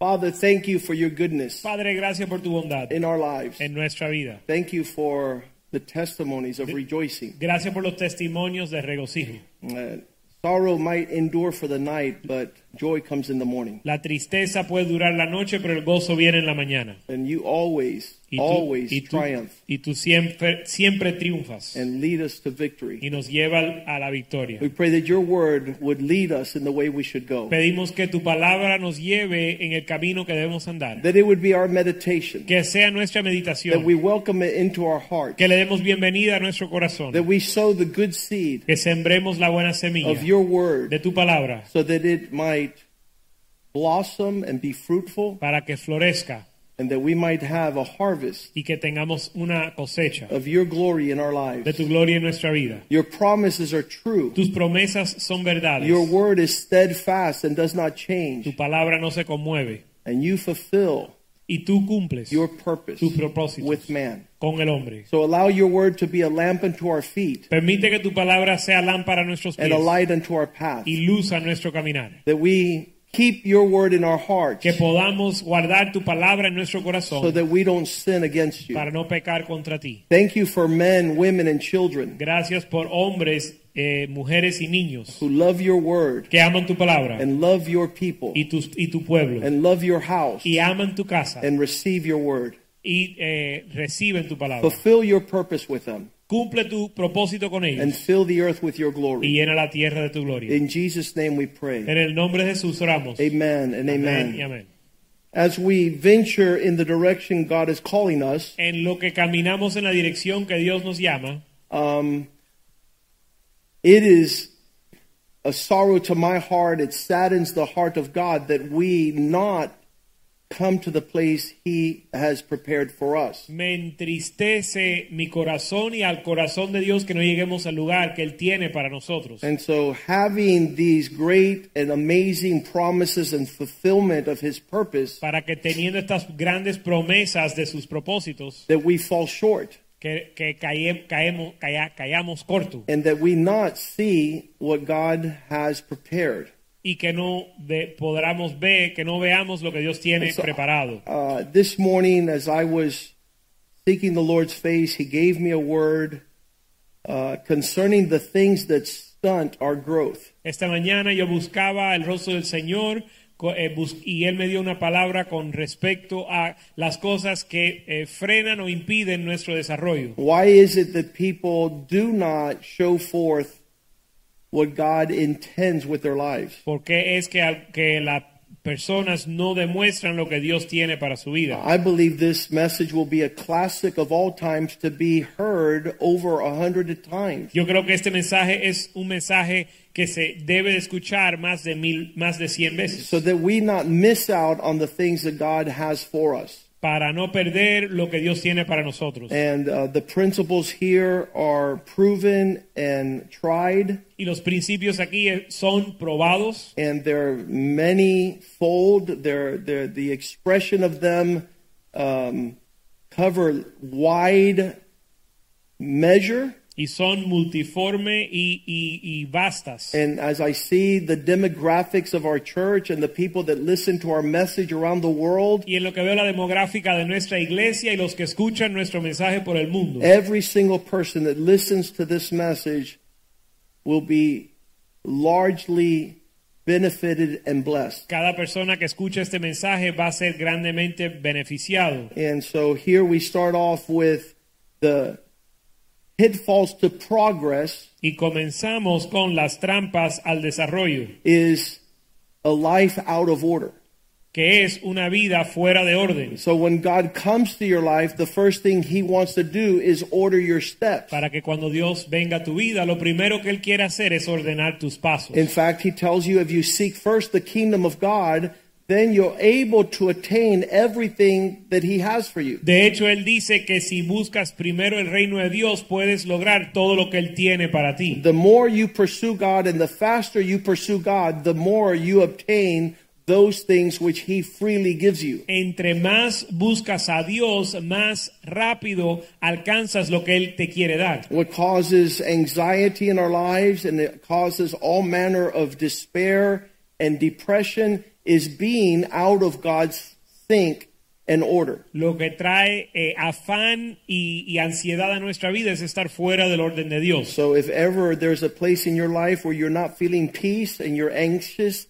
Father, thank you for your goodness Padre, gracias por tu bondad in our lives. en nuestra vida. Thank you for the testimonies of rejoicing. Gracias por los testimonios de regocijo. Uh, sorrow might endure for the night, but joy comes in the morning. La tristeza puede durar la noche, pero el gozo viene en la mañana. And you always, Y tú, always y tú- triumph y tú siempre, siempre triunfas and lead us to victory. y nos lleva al- a la victoria. We pray that your word would lead us in the way we should go, Pedimos que tu palabra nos lleve en el camino que debemos andar. that it would be our meditation, Que sea nuestra that we meditación. welcome it into our heart, Que le demos bienvenida a nuestro corazón. that we sow the good seed Que sembremos la buena of semilla your word de tu palabra so that it might blossom and be fruitful, para que florezca and that we might have a harvest. y que tengamos una cosecha of your glory in our lives. de tu gloria en nuestra vida. Your promises are true. Tus promesas son verdades. Your word is steadfast and does not Tu change. palabra no se conmueve. And you fulfill Y tú cumples your purpose tus propósitos with man. con el hombre. So allow your word to be a lamp unto our feet Permite que tu palabra sea lámpara a nuestros and pies a light unto our path. y luz a nuestro caminar. That we keep your word in our hearts Que podamos guardar tu palabra en nuestro corazón so that we don't sin against para you. no pecar contra ti. Thank you for men, women, and children Gracias por hombres, eh, mujeres y niños who love your word que aman tu palabra and love your people y, tus, y tu pueblo and love your house y aman tu casa and receive your word. y eh, reciben tu palabra. Fulfill your purpose with them Cumple tu propósito con and ellos fill the earth with your glory. y llena la tierra de tu gloria. In Jesus' name we pray. En el nombre de Jesús oramos. Amen and Amén amen. y amén. As we venture in the direction God is calling us, En lo que caminamos en la dirección que Dios nos llama, um, it is a sorrow to my heart. It saddens the heart of God that we not come to the place He has prepared for us. me entristece mi corazón y al corazón de Dios que no lleguemos al lugar que Él tiene para nosotros. And so, having these great and amazing promises and fulfillment of His purpose, Para que teniendo estas grandes promesas de sus propósitos, that we fall short. que, que cae- caemos, calla- callamos corto and that we not see what God has prepared. y que no de- podamos ver, que no veamos lo que Dios tiene So, preparado. Uh, this morning, as I was seeking the Lord's face, He gave me a word uh, concerning the things that stunt our growth. Esta mañana yo buscaba el rostro del Señor co- eh, bus- y Él me dio una palabra con respecto a las cosas que eh, frenan o impiden nuestro desarrollo. Why is it that people do not show forth what God intends with their lives? ¿Por qué es que, al- que las personas no demuestran lo que Dios tiene para su vida? I believe this message will be a classic of all times to be heard over a hundred times. Yo creo que este mensaje es un mensaje que se debe de escuchar más de mil, más de cien veces so that we not miss out on the things that God has for us. para no perder lo que Dios tiene para nosotros. And uh, the principles here are proven and tried, Y los principios aquí eh, son probados and they're many fold. They're, they're, the expression of them um, cover wide measure. y son multiforme y, y- y vastas. And as I see the demographics of our church and the people that listen to our message around the world, Y en lo que veo la demográfica de nuestra iglesia y los que escuchan nuestro mensaje por el mundo, Every single person that listens to this message will be largely benefited and blessed. cada persona que escucha este mensaje va a ser grandemente beneficiado. And so here we start off with the pitfalls to progress Y comenzamos con las trampas al desarrollo, is a life out of order. que es una vida fuera de orden. So when God comes to your life, the first thing he wants to do is order your steps. Para que cuando Dios venga a tu vida, lo primero que Él quiere hacer es ordenar tus pasos. In fact, he tells you if you seek first the kingdom of God, then you're able to attain everything that He has for you. De hecho, él dice que si buscas primero el reino de Dios, puedes lograr todo lo que él tiene para ti. The more you pursue God and the faster you pursue God, the more you obtain those things which He freely gives you. Entre más buscas a Dios, más rápido alcanzas lo que él te quiere dar. What causes anxiety in our lives and it causes all manner of despair and depression is being out of God's think and order. Lo que trae eh, afán y, y ansiedad a nuestra vida es estar fuera del orden de Dios. So if ever there's a place in your life where you're not feeling peace and you're anxious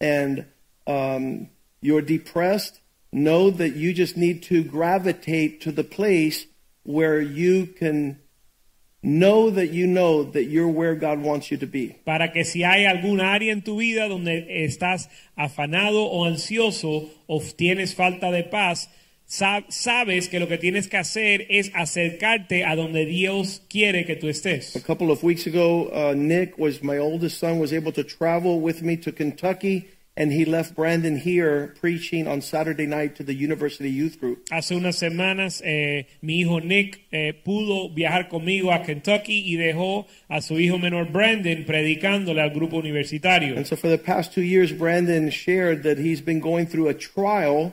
and um, you're depressed, know that you just need to gravitate to the place where you can know that you know that you're where God wants you to be. para que si hay algún área en tu vida donde estás afanado o ansioso o tienes falta de paz, sa- sabes que lo que tienes que hacer es acercarte a donde Dios quiere que tú A estés. couple of weeks ago, uh, Nick was my oldest son was able to travel with me to Kentucky, and he left Brandon here preaching on Saturday night to the university youth group. Hace unas semanas eh, mi hijo Nick eh, pudo viajar conmigo a Kentucky y dejó a su hijo menor Brandon predicándole al grupo universitario. And so for the past two years, Brandon shared that he's been going through a trial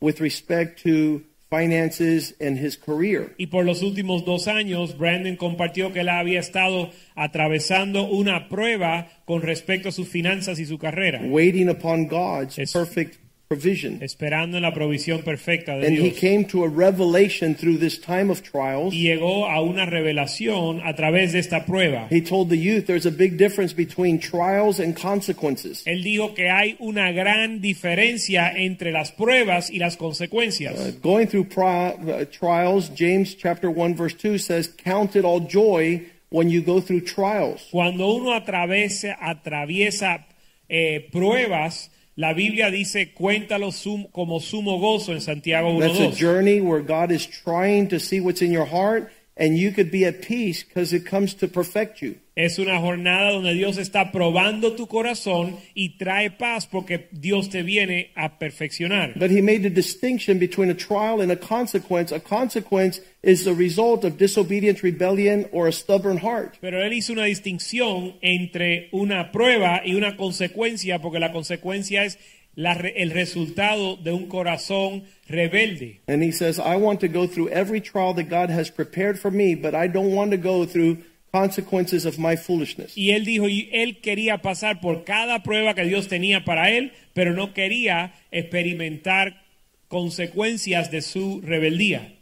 with respect to finances and his career. Y por los últimos dos años, Brandon compartió que él había estado atravesando una prueba con respecto a sus finanzas y su carrera, waiting upon God's Yes. perfect provision. esperando en la provisión perfecta de And he Dios. came to a revelation through this time of trials. Y llegó a una revelación a través de esta prueba. He told the youth there's a big difference between trials and consequences. Él dijo que hay una gran diferencia entre las pruebas y las Uh, consecuencias. Going through pri- uh, trials, James chapter 1 verse 2 says, "Count it all joy when you go through trials." Cuando uno atravesa- atraviesa eh, pruebas, la Biblia dice cuéntalo sum- como sumo gozo en Santiago That's a 1.2. journey where God is trying to see what's in your heart and you could be at peace because it comes to perfect you. Es una jornada donde Dios está probando tu corazón y trae paz porque Dios te viene a perfeccionar. But he made a distinction between a trial and a consequence. A consequence is the result of disobedience, rebellion, or a stubborn heart. Pero él hizo una distinción entre una prueba y una consecuencia porque la consecuencia es la re- el resultado de un corazón rebelde. And he says, I want to go through every trial that God has prepared for me, but I don't want to go through consequences of my foolishness. Y él dijo, y él quería pasar por cada prueba que Dios tenía para él, pero no quería experimentar consecuencias de su rebeldía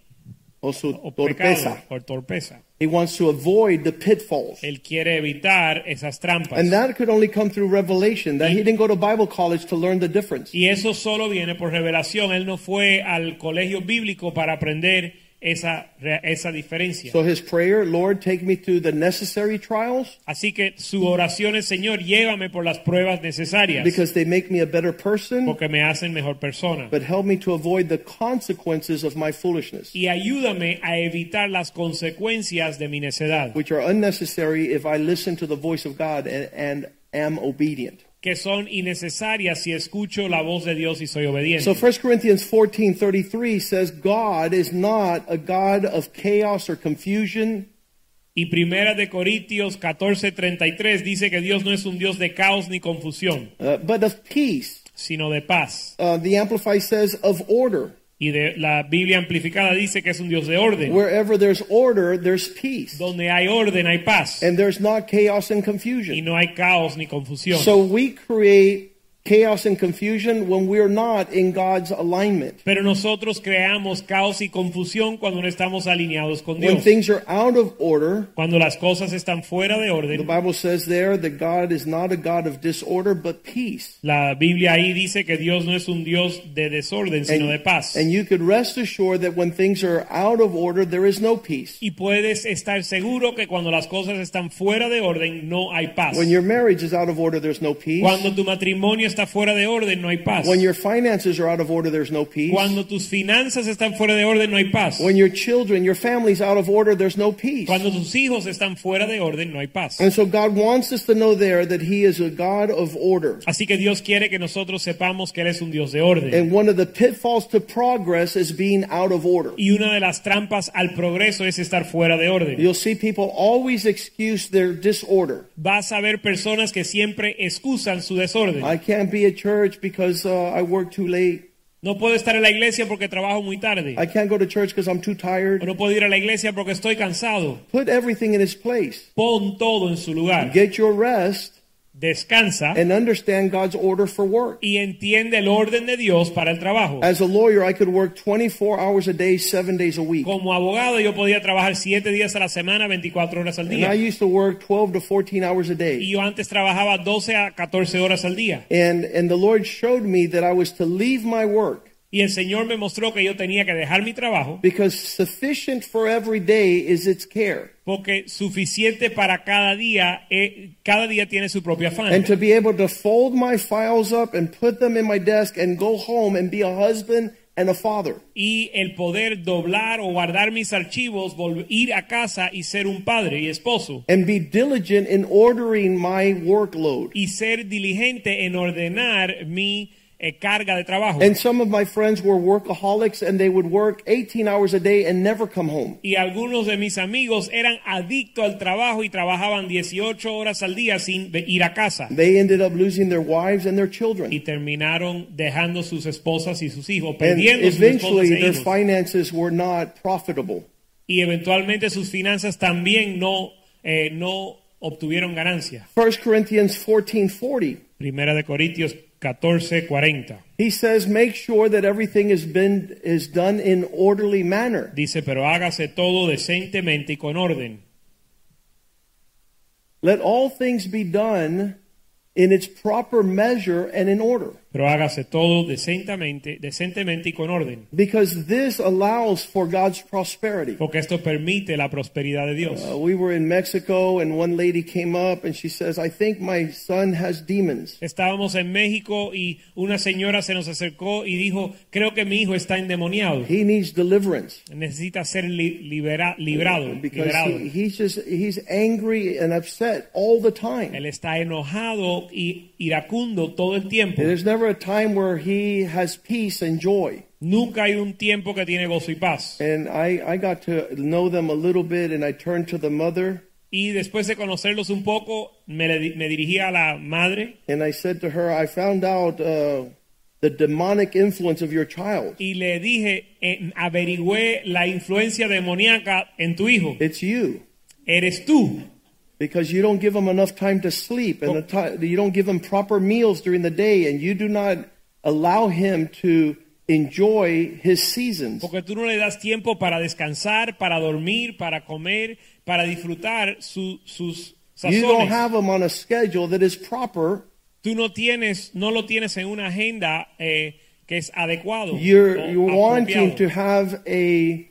O su o pecado torpeza. o torpeza. He wants to avoid the pitfalls. Él quiere evitar esas trampas. And that could only come through revelation. That he didn't go to Bible college to learn the difference. Y eso solo viene por revelación. Él no fue al colegio bíblico para aprender esa, re- esa diferencia. So his prayer, Lord, take me through the necessary trials Así que su oración es, Señor, llévame por las pruebas necesarias because they make me a better person. porque me hacen mejor persona. but help me to avoid the consequences of my foolishness, Y ayúdame a evitar las consecuencias de mi necedad, which are unnecessary if I listen to the voice of God and, and am obedient. que son innecesarias si escucho la voz de Dios y soy obediente. So 1 Corinthians 14:33 says God is not a god of chaos or confusion, y Primera de Corintios 14:33 dice que Dios no es un Dios de caos ni confusión, uh, but of peace. sino de paz. Uh, the Amplify says of order. Y de la Biblia amplificada dice que es un Dios de orden. Wherever there's order, there's peace. Donde hay orden hay paz And there's not chaos and y confusion. no hay caos ni confusión. So we create chaos and confusion when we're not in God's alignment. Pero nosotros creamos caos y confusión cuando no estamos alineados con When Dios. things are out of order, Cuando las cosas están fuera de The orden, Bible says there that God is not a God of disorder, but peace. la Biblia ahí dice que Dios no es un Dios de desorden, sino de paz. and you could rest assured that when things are out of order, there is no peace. Y puedes estar seguro que cuando las cosas están fuera de orden, no hay paz. When your marriage is out of order, there's no peace. Cuando tu matrimonio está fuera de orden, no hay paz. When your finances are out of order, there's no peace. Cuando tus finanzas están fuera de orden, no hay paz. When your children, your family's out of order, there's no peace. Cuando tus hijos están fuera de orden, no hay paz. And so God wants us to know there that He is a God of order. Así que Dios quiere que nosotros sepamos que Él es un Dios de orden. And one of the pitfalls to progress is being out of order. Y una de las trampas al progreso es estar fuera de orden. You'll see people always excuse their disorder. Vas a ver personas que siempre excusan su desorden. I can't be at church because uh, I work too late. No puedo estar en la iglesia porque trabajo muy tarde. I can't go to church because I'm too O tired. no puedo ir a la iglesia porque estoy cansado. Put everything in its place. Pon todo en su lugar. Get your rest Descansa and understand God's order for work. y entiende el orden de Dios para el trabajo. As a lawyer, I could work 24 hours a day, seven days a week. Como abogado yo podía trabajar siete días a la semana, 24 horas al And I día. used to work 12 to 14 hours a Y day. yo antes trabajaba 12 a 14 horas al día. And, and the Lord showed me that I was to leave my work Y el Señor me mostró que yo tenía que dejar mi trabajo because sufficient for every day is its care. porque suficiente para cada día, eh, cada día tiene su propia afán. And to be able to fold my files up and put them in my desk and go home and be a husband and a father. Y el poder doblar o guardar mis archivos, vol- ir a casa y ser un padre y esposo. and be diligent in ordering my workload. Y ser diligente en ordenar mi eh, carga de trabajo. And some of my friends were workaholics and they would work 18 hours a day and never come home. Y algunos de mis amigos eran adictos al trabajo y trabajaban 18 horas al día sin ve- ir a casa. They ended up losing their wives and their Y children. terminaron dejando sus esposas y sus hijos, And perdiendo sus esposas eventually e their hijos. finances were not profitable. Y eventualmente sus finanzas también no, eh, no obtuvieron ganancia. 1 Corinthians 14:40. Primera de Corintios 14, 40. He says, "Make sure that everything has been is done in orderly manner." Dice, pero hágase todo decentemente y con orden. Let all things be done in its proper measure and in order. Pero hágase todo decentemente, decentemente y con orden. Because this allows for God's prosperity. Porque esto permite la prosperidad de Dios. Uh, we were in Mexico, and one lady came up and she says, I think my son has demons. Estábamos en México y una señora se nos acercó y dijo, creo que mi hijo está endemoniado. He needs deliverance. Necesita ser li- libera- librado, Because liberado. he, he's just he's angry and upset all the Él time. está enojado y iracundo todo el tiempo. There's never a time where he has peace and joy. Nunca hay un tiempo que tiene gozo y paz. And I, I got to know them a little bit and I turned to the mother Y después de conocerlos un poco, me, le di- me dirigí a la madre and I said to her, I found out uh, the demonic influence of your child. y le dije, eh, averigüé la influencia demoníaca en tu hijo. It's you. Eres tú, Because you don't give them enough time to sleep, and the ti- you don't give him proper meals during the day, and you do not allow him to enjoy his seasons. porque tú no le das tiempo para descansar, para dormir, para comer, para disfrutar su- sus You don't sazones. have him on a schedule that is proper. Tú no tienes, no lo tienes en una agenda eh, que es adecuado. You're o you're wanting apropiado. to have a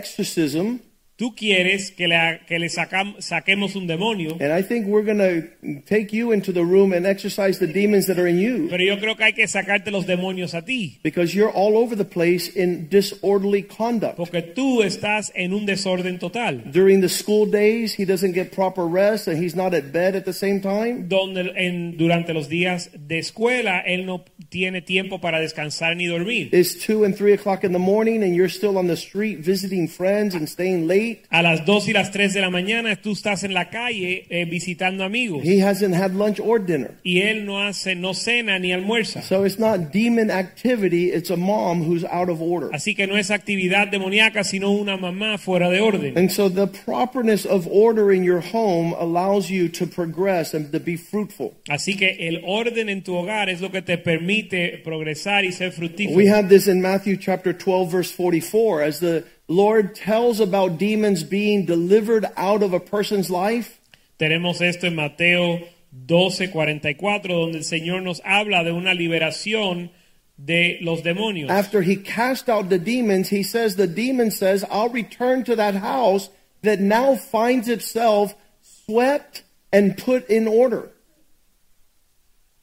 exorcism, Tú quieres que le, que le sacam- saquemos un demonio, and I think we're gonna take you into the room and exorcise the demons that are in you, pero yo creo que hay que sacarte los demonios a ti, because you're all over the place in disorderly conduct. porque tú estás en un desorden total. During the school days, he doesn't get proper rest, and he's not at bed at the same time. Donde en, durante los días de escuela él no tiene tiempo para descansar ni dormir. It's two and three o'clock in the morning, and you're still on the street visiting friends and staying late. A las 2 y las 3 de la mañana tú estás en la calle eh, visitando amigos He hasn't had lunch or dinner. y él no hace no cena ni almuerza. So it's not demon activity, it's a mom who's out of order. Así que no es actividad demoníaca, sino una mamá fuera de orden. And so the properness of order in your home allows you to progress and to be fruitful. Así que el orden en tu hogar es lo que te permite progresar y ser fructífero. We have this in Matthew chapter 12, verse 44. As the Lord tells about demons being delivered out of a person's life, Tenemos esto en Mateo 12, 44, donde el Señor nos habla de una liberación de los demonios. after he cast out the demons, he says, The demon says, I'll return to that house that now finds itself swept and put in order.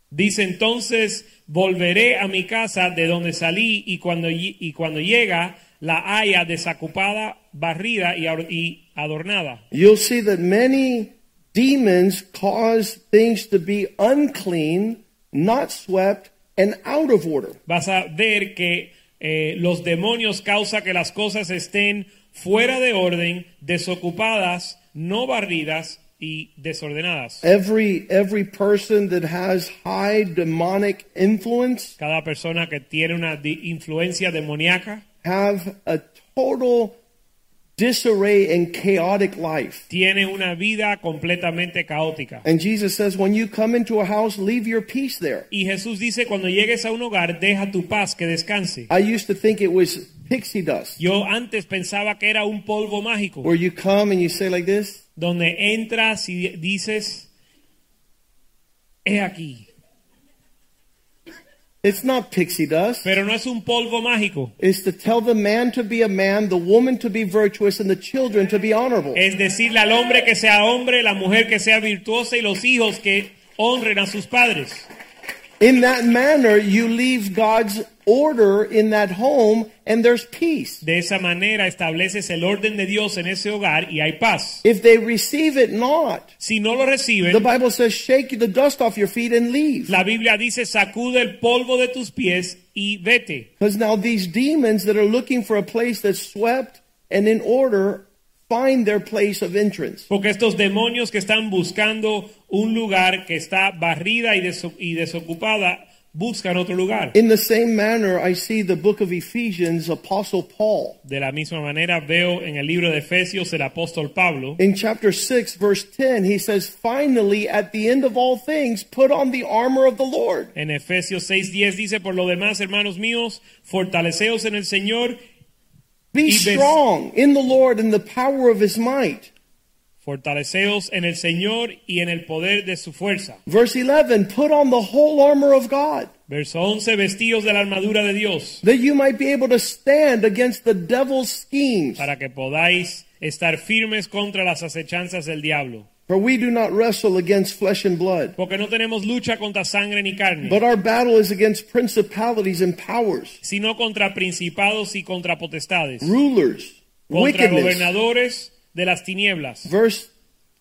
Dice entonces, volveré a mi casa de donde salí y cuando, lle- y cuando llega la haya desocupada, barrida y ar- y adornada. You'll see that many demons cause things to be unclean, not swept, and out of order. vas a ver que eh, los demonios causa que las cosas estén fuera de orden, desocupadas, no barridas y desordenadas. Every every person that has high demonic influence Cada persona que tiene una di- influencia demoníaca have a total disarray and chaotic life. tiene una vida completamente caótica. And Jesus says when you come into a house, leave your peace there. Y Jesús dice, cuando llegues a un hogar, deja tu paz, que descanse. I used to think it was pixie dust Yo antes pensaba que era un polvo mágico, where you come and you say like this, donde entras y dices, he aquí. It's not pixie dust. Pero no es un polvo mágico. It's to tell the man to be a man, the woman to be virtuous, and the children to be honorable. Es decirle al hombre que sea hombre, la mujer que sea virtuosa y los hijos que honren a sus padres. In that manner, you leave God's order in that home, and there's peace. De esa manera estableces el orden de Dios en ese hogar y hay paz. If they receive it not, Si no lo the reciben, Bible says, shake the dust off your feet and leave. la Biblia dice sacude el polvo de tus pies y vete. Because now these demons that are looking for a place that's swept and in order find their place of entrance. Porque estos demonios que están buscando un lugar que está barrida y, deso- y desocupada, buscan otro lugar. In the same manner, I see the book of Ephesians, Apostle Paul. De la misma manera veo en el libro de Efesios el apóstol Pablo In chapter 6, verse 10, he says, Finally, at the end of all things, put on the armor of the Lord. En Efesios 6:10 dice, por lo demás, hermanos míos, fortaleceos en el Señor, Be Y ves- strong in the Lord and the power of his might. fortaleceos en el Señor y en el poder de su fuerza. Verse 11, put on the whole armor of God, Verso 11, vestíos de la armadura de Dios, that you might be able to stand against the devil's schemes. para que podáis estar firmes contra las acechanzas del diablo. For we do not wrestle against flesh and blood, Porque no tenemos lucha contra sangre ni carne, but our battle is against principalities and powers, sino contra principados y contra potestades, rulers, contra wickedness. gobernadores de las tinieblas. Verse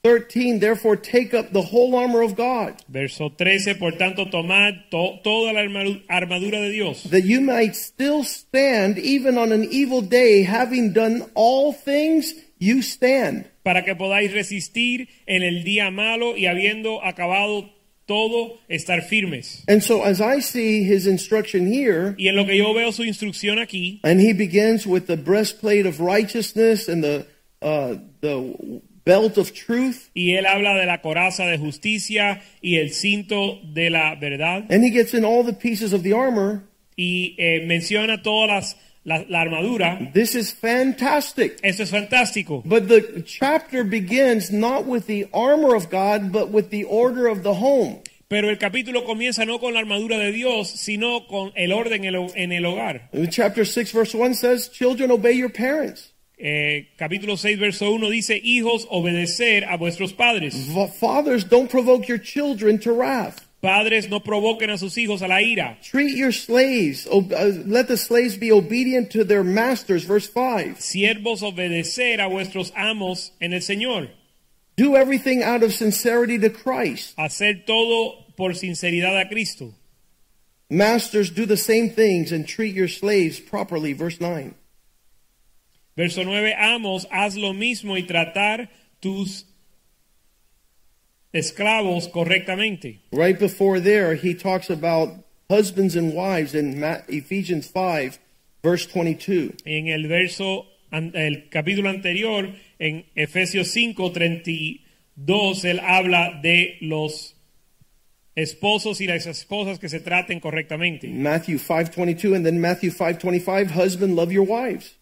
13, therefore take up the whole armor of God. Verso 13, por tanto, tomad to- toda la armadu- armadura de Dios. that you might still stand even on an evil day, having done all things, you stand. para que podáis resistir en el día malo y habiendo acabado todo, estar firmes. And so, as I see his instruction here, Y en lo que yo veo su instrucción aquí, and he begins with the breastplate of righteousness and the uh, the belt of truth, y él habla de la coraza de justicia y el cinto de la verdad, and he gets in all the pieces of the armor. y eh, menciona todas las, la, la armadura. This is fantastic. Esto es fantástico. But the chapter begins not with the armor of God, but with the order of the home. Pero el capítulo comienza no con la armadura de Dios, sino con el orden en el, ho- en el hogar. Chapter 6, verse 1 says, Children, obey your parents. Eh, capítulo 6, verso 1 dice, hijos, obedecer a vuestros padres. Fa- Fathers, don't provoke your children to wrath. Padres, no provoquen a sus hijos a la ira. Treat your slaves. ob- uh, let the slaves be obedient to their masters. Verse 5. siervos obedecer a vuestros amos en el Señor, Do everything out of sincerity to Christ. hacer todo por sinceridad a Cristo. Masters, do the same things and treat your slaves properly. Verse 9. Verso 9, amos, haz lo mismo y tratar tus esclavos correctamente. Right before there, he talks about husbands and wives in Ma- Ephesians 5, verse 22. En el verso an- el capítulo anterior en Efesios 5, 32 él habla de los esposos y las esposas que se traten correctamente. Matthew 5:22 and then Matthew 5:25 husband love your wives.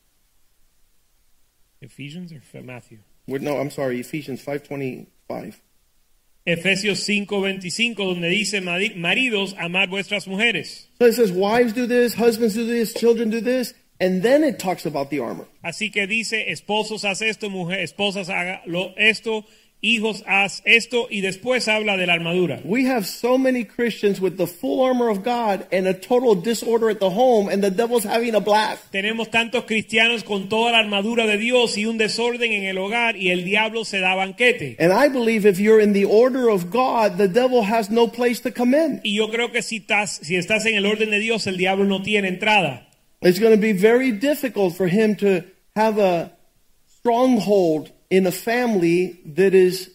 Ephesians or Matthew? Wait, No, I'm sorry, Ephesians 5:25. Efesios 5:25, donde dice, "Mari- maridos, amad vuestras mujeres. So it says, wives do this, husbands do this, children do this, and then it talks about the armor. Así que dice, esposos, haz esto, mujer, esposas, haga lo- esto, hijos, haz esto y después habla de la armadura. We have so many Christians with the full armor of God and a total disorder at the home, and the devil's having a blast. Tenemos tantos cristianos con toda la armadura de Dios y un desorden en el hogar y el diablo se da banquete. And I believe if you're in the order of God, the devil has no place to come in. Y yo creo que si estás, si estás en el orden de Dios, el diablo no tiene entrada. It's going to be very difficult for him to have a stronghold in a family that is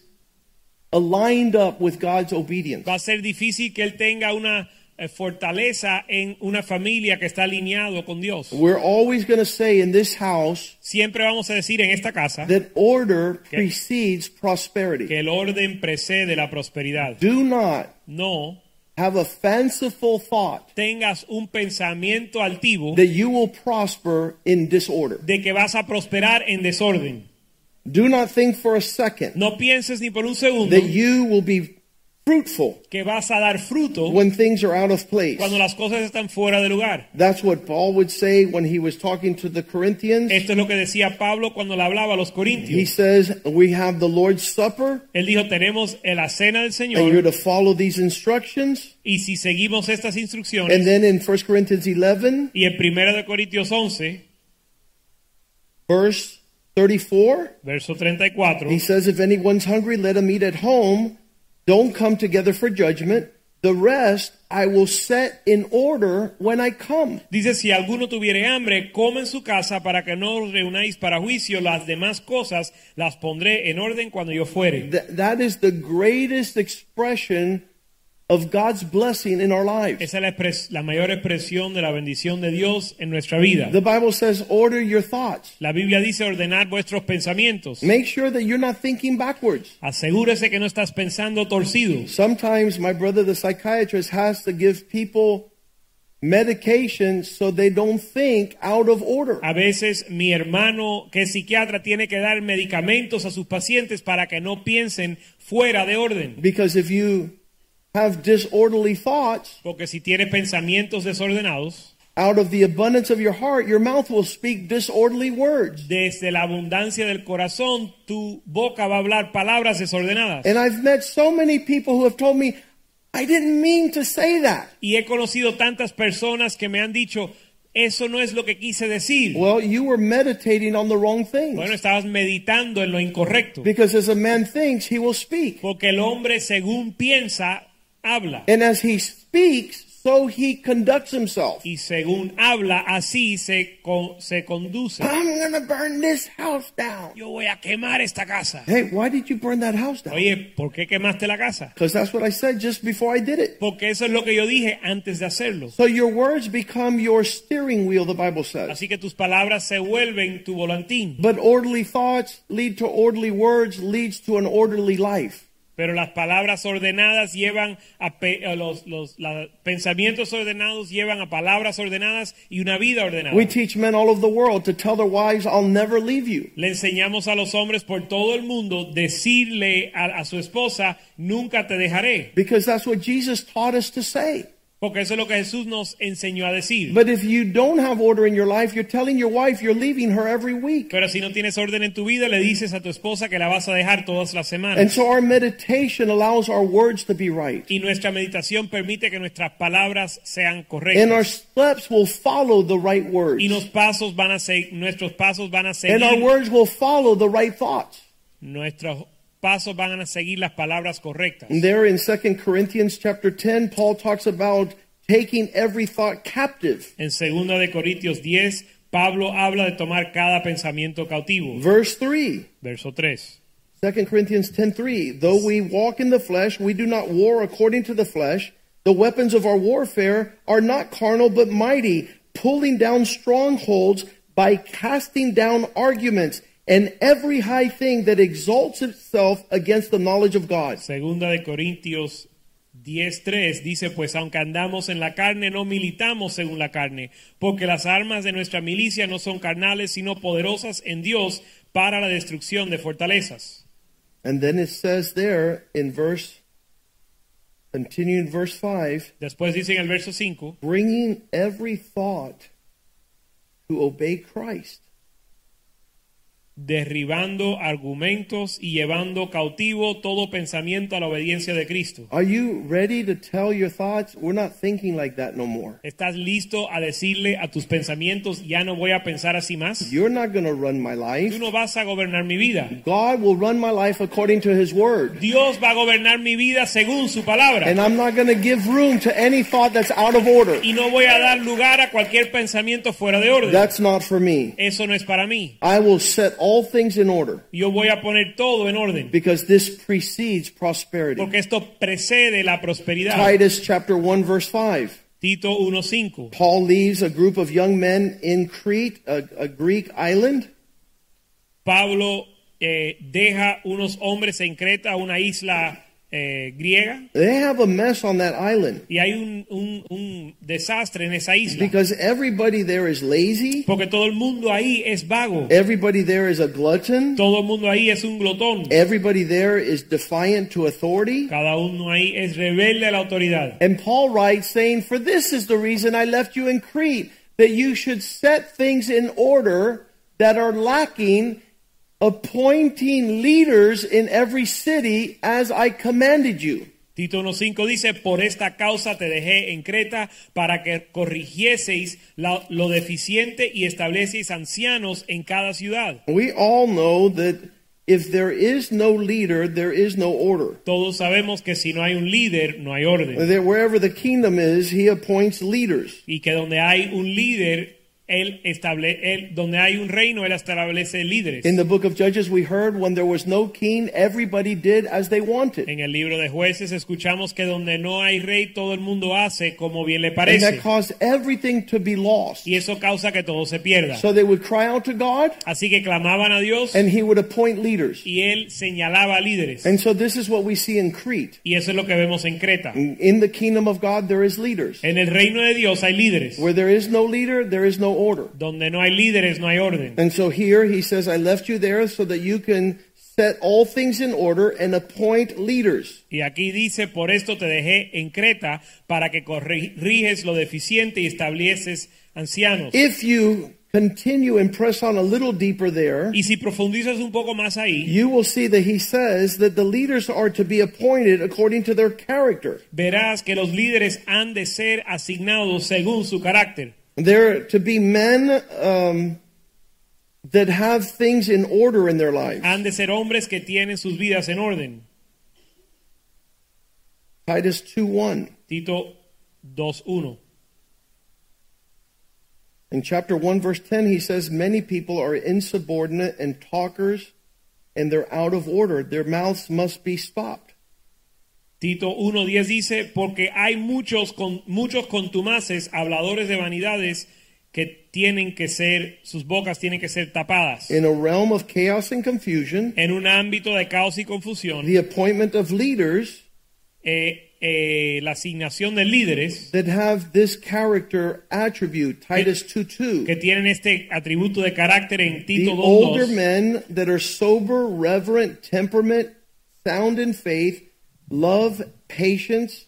aligned up with God's obedience. Va a ser difícil que él tenga una eh, fortaleza en una familia que está alineado con Dios. We're always going to say in this house Siempre vamos a decir en esta casa that order precedes que prosperity. el orden precede la prosperidad. Do not No have a fanciful thought tengas un pensamiento altivo that you will prosper in disorder. de que vas a prosperar en desorden. Do not think for a second No pienses ni por un segundo that you will be fruitful que vas a dar fruto when things are out of place. cuando las cosas están fuera de lugar. That's what Paul would say when he was talking to the Corinthians. Esto es lo que decía Pablo cuando le hablaba a los He corintios. says, We have the Lord's Supper, Él dijo, tenemos eh, la cena del and you're Señor to follow these instructions. y si seguimos estas And instrucciones then in 1 Corinthians 11, y en 1 de Corintios 11, verse 34, verso 34, he says, If anyone's hungry, let him eat at home. Don't come together for judgment. The rest I will set in order when I come. dice, si alguno tuviere hambre, come en su casa para que no os reunáis para juicio, las demás cosas las pondré en orden cuando yo fuere. Th- that is the greatest expression of God's blessing in our lives. Esa es la, expres- la mayor expresión de la bendición de Dios en nuestra vida. The Bible says, Order your thoughts. La Biblia dice ordenar vuestros pensamientos. Make sure that you're not thinking backwards. Asegúrese que no estás pensando torcido. Sometimes my brother, the psychiatrist, has to give people medication so they don't think out of order. A veces mi hermano, que es psiquiatra, tiene que dar medicamentos a sus pacientes para que no piensen fuera de orden. Because if you have disorderly thoughts, Porque si tienes pensamientos desordenados, out of the abundance of your heart, your mouth will speak disorderly words. desde la abundancia del corazón, tu boca va a hablar palabras desordenadas. And I've met so many people who have told me, I didn't mean to say that. Y he conocido tantas personas que me han dicho, eso no es lo que quise decir. Well, you were meditating on the wrong Bueno, things. estabas meditando en lo incorrecto. Because as a man thinks, he will speak. Porque el hombre según piensa, habla. And as he speaks, so he conducts himself. Y según habla, así se, con- se conduce. I'm going to burn this house down. Yo voy a quemar esta casa. Hey, why did you burn that house down? Oye, ¿por qué quemaste la casa? Because that's what I said just before I did it. Porque eso es lo que yo dije antes de hacerlo. So your words become your steering wheel, the Bible says. Así que tus palabras se vuelven tu volantín. But orderly thoughts lead to orderly words, leads to an orderly life. Pero las palabras ordenadas llevan a, pe- a los, los la- pensamientos ordenados, llevan a palabras ordenadas y una vida ordenada. We teach men all over the world to tell their wives, I'll never leave you. Le enseñamos a los hombres por todo el mundo decirle a, a su esposa, nunca te dejaré, Because that's what Jesus taught us to say. porque eso es lo que Jesús nos enseñó a decir. But if you don't have order in your life, you're telling your wife you're leaving her every week. Pero si no tienes orden en tu vida, le dices a tu esposa que la vas a dejar todas las And semanas. so our meditation allows our words to be right. Y nuestra meditación permite que nuestras palabras sean And our correctas. steps will follow the right words. Y los pasos van a seguir, nuestros pasos van a And our seguir, words will follow the right thoughts. nuestros pasos van a seguir las palabras correctas. And there in 2 Corinthians chapter 10, Paul talks about taking every thought captive. En 2 de Corintios 10, Pablo habla de tomar cada pensamiento cautivo. Verse 3. Verso 3. 2 Corinthians 10:3 Though we walk in the flesh we do not war according to the flesh the weapons of our warfare are not carnal but mighty pulling down strongholds by casting down arguments and every high thing that exalts itself against the knowledge of God Segunda de Corintios 10:3 dice, pues aunque andamos en la carne, no militamos según la carne, porque las armas de nuestra milicia no son carnales, sino poderosas en Dios para la destrucción de fortalezas. and then it says there in verse continuing verse 5 Después dice en el verso 5, bringing every thought to obey Christ derribando argumentos y llevando cautivo todo pensamiento a la obediencia de Cristo. Are you ready to tell your thoughts? We're not thinking like that no more. ¿Estás listo a decirle a tus pensamientos, ya no voy a pensar así más? You're not going to run my Tú life. no vas a gobernar mi vida. God will run my life according to His word. Dios va a gobernar mi vida según su palabra. And I'm not going to give room to any thought that's out of order. Y no voy a dar lugar a cualquier pensamiento fuera de orden. That's not for me. Eso no es para mí. I will set all things in order Yo voy a poner todo en orden. because this precedes prosperity. Porque esto precede la prosperidad. Titus chapter 1 verse 5. Tito 1.5. Paul leaves a group of young men in Crete, a, a Greek island, Pablo eh, deja unos hombres en Creta, una isla eh, griega, They have a mess on that island y hay un, un- un desastre en esa isla. because everybody there is lazy. Porque todo el mundo ahí es vago. Eh. Everybody there is a glutton. Todo el mundo ahí es un Eh. glotón. Everybody there is defiant to authority. Cada uno ahí es rebelde a la autoridad. And Paul writes saying, For this is the reason I left you in Crete, that you should set things in order that are lacking, appointing leaders in every city as I commanded you. Tito 1.5 dice, por esta causa te dejé en Creta para que corrigieseis la- lo deficiente y establecieseis ancianos en cada ciudad. We all know that if there is no leader, there is no order. Todos sabemos que si no hay un líder, no hay orden. That wherever the kingdom is, he appoints leaders. Y que donde hay un líder, él establece, él, donde hay un reino, él establece líderes. In the book of Judges, we heard when there was no king, everybody did as they wanted. En el libro de jueces escuchamos que donde no hay rey, todo el mundo hace como bien le And that parece. caused everything to be lost. Y eso causa que todo se pierda. So they would cry out to God, Así que clamaban a Dios and he would appoint leaders. y él señalaba líderes. And so this is what we see in Crete. Y eso es lo que vemos en Creta. In the kingdom of God, there is leaders. En el reino de Dios hay líderes. Where there is no leader, there is no order. Donde no hay líderes no hay orden. And so here he says, I left you there so that you can set all things in order and appoint leaders. Y aquí dice, por esto te dejé en Creta para que corriges lo deficiente y estableces ancianos. If you continue and press on a little deeper there, Y si profundizas un poco más ahí, you will see that he says that the leaders are to be appointed according to their character. verás que los líderes han de ser asignados según su carácter. They're to be men um, that have things in order in their lives. Han de ser hombres que tienen sus vidas en orden. Titus 2 1. Tito 2.1. In chapter 1, verse 10, he says, Many people are insubordinate and talkers, and they're out of order. Their mouths must be stopped. Tito 1.10 dice, porque hay muchos, con, muchos contumaces, habladores de vanidades, que tienen que ser, sus bocas tienen que ser tapadas. In a realm of chaos and confusion, En un ámbito de caos y confusión, the appointment of leaders eh, eh, la asignación de líderes that have this character attribute, Titus 2 2. que tienen este atributo de carácter The en Tito older 2.2, men that are sober, reverent, temperament, sound in faith, love, patience,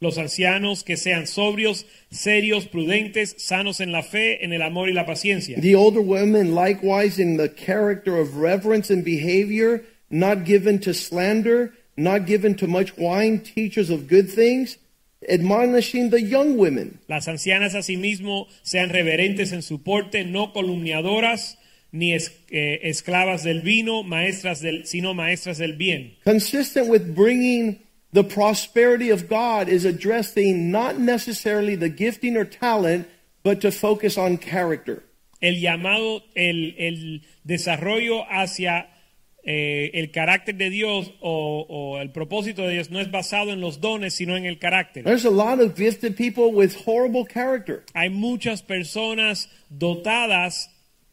los ancianos que sean sobrios, serios, prudentes, sanos en la fe, en el amor y la paciencia. The older women, likewise, in the character of reverence and behavior, not given to slander, not given to much wine, teachers of good things, admonishing the young women. Las ancianas asimismo sean reverentes en su porte, no columniadoras ni es- eh, esclavas del vino, maestras del, sino maestras del bien. Consistent with bringing the prosperity of God is addressing not necessarily the gifting or talent, but to focus on character. El llamado, el, el desarrollo hacia eh, el carácter de Dios o, o el propósito de Dios no es basado en los dones, sino en el carácter. There's a lot of gifted people with horrible character. Hay muchas personas dotadas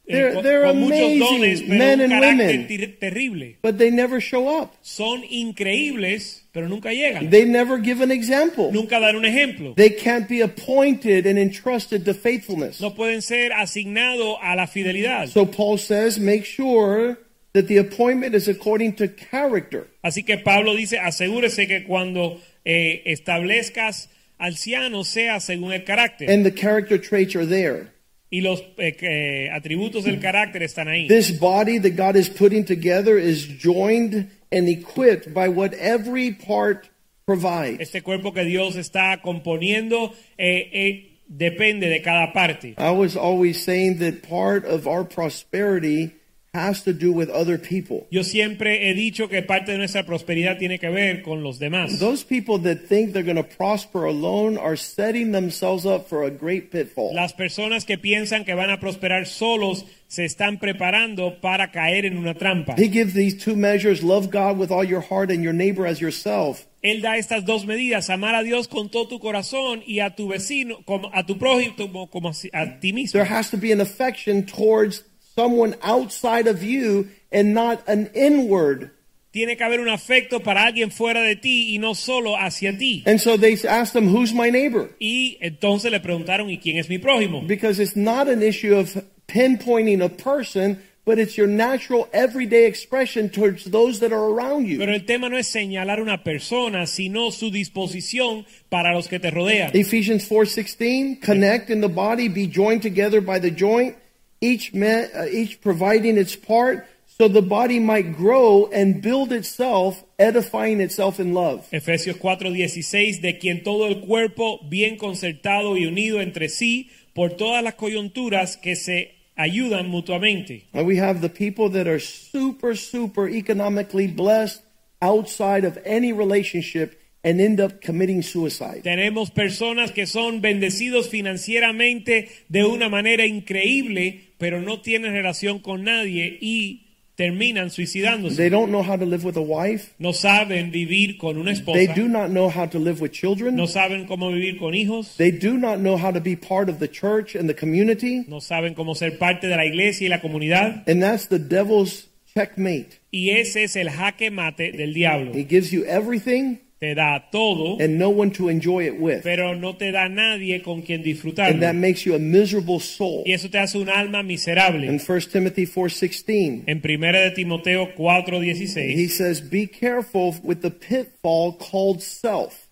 eh, They're- con, they're con muchos amazing dones, pero men un and carácter women. ter- terrible. But they never show up. Son increíbles, pero nunca llegan. They never give an example. Nunca dar un ejemplo. They can't be appointed and entrusted to faithfulness. No pueden ser asignados a la fidelidad. So Paul says, make sure that the appointment is according to character. Así que Pablo dice, asegúrese que cuando eh, establezcas ancianos sea según el carácter. And the character traits are there. y los eh, que- atributos del carácter están ahí. This body that God is putting together is joined and equipped by what every part provides. Este cuerpo que Dios está componiendo eh, eh, depende de cada parte. I was always saying that part of our prosperity has to do with other people. Yo siempre he dicho que parte de nuestra prosperidad tiene que ver con los demás. Those people that think they're going to prosper alone are setting themselves up for a great pitfall. Las personas que piensan que van a prosperar solos se están preparando para caer en una trampa. He gives these two measures love God with all your heart and your neighbor as yourself. Él da estas dos medidas, amar a Dios con todo tu corazón y a tu vecino, como, a tu prójimo, como, como a, a ti mismo. There has to be an affection towards someone outside of you and not an inward. Tiene que haber un afecto para alguien fuera de ti y no solo hacia ti. And so they asked them, Who's my neighbor? Y entonces le preguntaron, ¿y quién es mi prójimo? Because it's not an issue of pinpointing a person, but it's your natural everyday expression towards those that are around you. Pero el tema no es señalar una persona, sino su disposición para los que te rodean. Ephesians 4:16 connect in the body be joined together by the joint each man, uh, each providing its part so the body might grow and build itself edifying itself in love. Efesios 4:16, de quien todo el cuerpo bien concertado y unido entre sí por todas las coyunturas que se ayudan mutuamente. And we have the people that are super super economically blessed outside of any relationship and end up committing suicide. Tenemos personas que son bendecidos financieramente de una manera increíble, pero no tienen relación con nadie y terminan They suicidándose. don't know how to live with a wife. No saben vivir con una They esposa, do not know how to live with children. no saben cómo vivir con hijos, They do not know how to be part of the church and the community. no saben cómo ser parte de la iglesia y la comunidad. And that's the devil's checkmate. Y ese es el jaque mate del diablo. He gives you everything Te da todo, and no one to enjoy it with. pero no te da nadie con quien And that disfrutarlo. makes you a miserable soul. Y eso te hace un alma miserable. In 1 Timothy 4:16, En 1 de Timoteo he 4:16 says, "Be careful with the pitfall called self."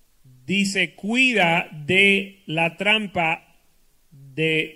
dice, "Cuida de la trampa de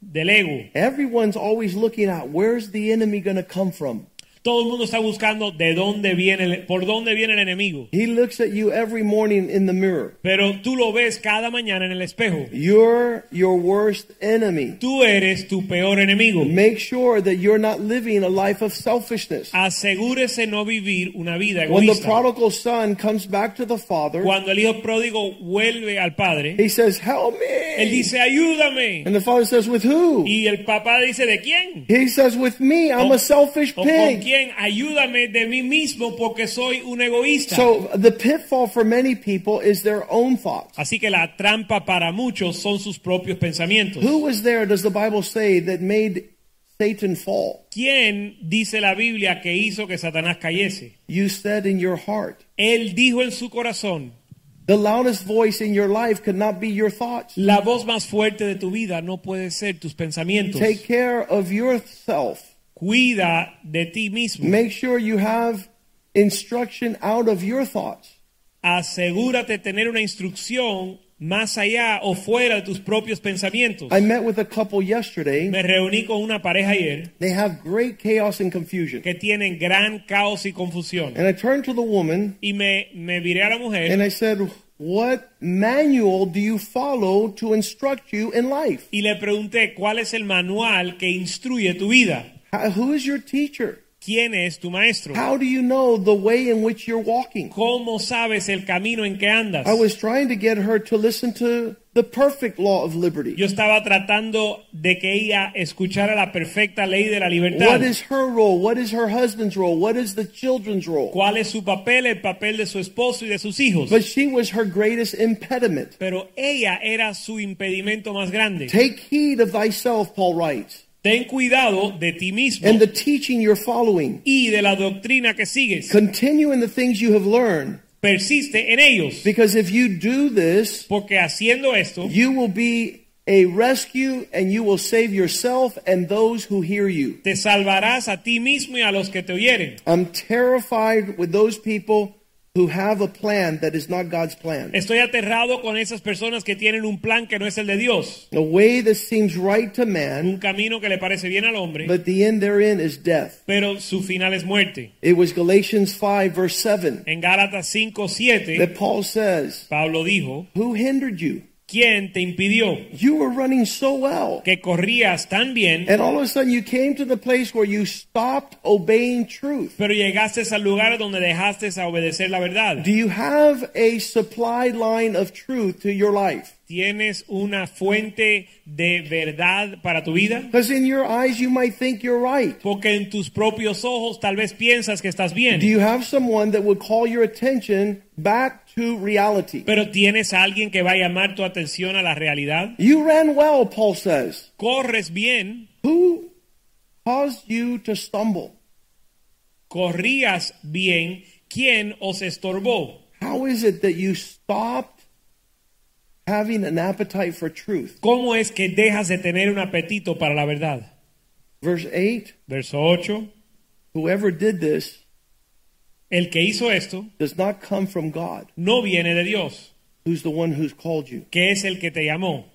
del ego." Everyone's always looking at where's the enemy going to come from. Todo el mundo está buscando de dónde viene el- por dónde viene el enemigo, He looks at you every morning in the mirror. pero tú lo ves cada mañana en el espejo. You're your worst enemy. Tú eres tu peor enemigo. Make sure that you're not living a life of selfishness. Asegúrese no vivir una vida When the egoísta. prodigal son comes back to the father, Cuando el hijo pródigo vuelve al padre, he says, "Help él me." dice, "Ayúdame." And the father says, "With who?" Y el papá dice, ¿de quién? He says, With me, I'm a selfish ¿O con pig. quién? Ayúdame de mí mismo porque soy un egoísta. So the pitfall for many people is their own thoughts. Así que la trampa para muchos son sus propios pensamientos. Who was there, does the Bible say, that made Satan fall? ¿Quién dice la Biblia que hizo que Satanás cayese? You said in your heart. Él dijo en su corazón, The loudest voice in your life could not be your thoughts. la voz más fuerte de tu vida no puede ser tus pensamientos. Take care of yourself. Cuida de ti mismo. Make sure you have instruction out of your thoughts. Asegúrate de tener una instrucción más allá o fuera de tus propios pensamientos. I met with a couple yesterday. Me reuní con una pareja ayer They have great chaos and confusion. que tienen gran caos y confusión. And I turned to the woman y me, me viré a la mujer And I said, What manual do you follow to instruct you in life? y le pregunté cuál es el manual que instruye tu vida. How, who is your teacher? ¿Quién es tu maestro? How do you know the way in which you're walking? ¿Cómo sabes el camino en que andas? I was trying to get her to listen to the perfect law of liberty. Yo estaba tratando de que ella escuchara la perfecta ley de la libertad. What is her role? What is her husband's role? What is the children's role? ¿Cuál es su papel? El papel de su esposo y de sus hijos. But she was her greatest impediment. Pero ella era su impedimento más grande. Take heed of thyself, Paul writes, Ten cuidado de ti mismo and the teaching you're following. y de la doctrina que sigues. Continue in the things you have learned, Persiste en ellos. because if you do this, Porque haciendo esto, You will be a rescue and you will save yourself and those who hear you. te salvarás a ti mismo y a los que te oyeren. I'm terrified with those people who have a plan that is not God's plan. Estoy aterrado con esas personas que tienen un plan que no es el de Dios. A way that seems right to man, Un camino que le parece bien al hombre, but the end therein is death. pero su final es muerte. It was Galatians 5, verse 7, En Gálatas 5, 7, that Paul says, Pablo dijo, Who hindered you? ¿quién te impidió You were running so well. que corrías tan bien, And all of a sudden you came to the place where you stopped obeying truth. pero llegaste al lugar donde dejaste a obedecer la verdad? Do you have a supply line of truth to your life? ¿Tienes una fuente de verdad para tu vida? Because in your eyes you might think you're right. Porque en tus propios ojos tal vez piensas que estás bien. Do you have someone that will call your attention back to reality? Pero tienes a alguien que va a llamar tu atención a la realidad. You ran well, Paul says. Corres bien, Who caused you to stumble? corrías bien. ¿Quién os estorbó? How is it that you stopped having an appetite for truth? ¿Cómo es que dejas de tener un apetito para la verdad? Verse 8 Verso 8. Whoever did this El que hizo esto does not come from God, no viene de Dios, who's the one who's called you. que es el que te llamó.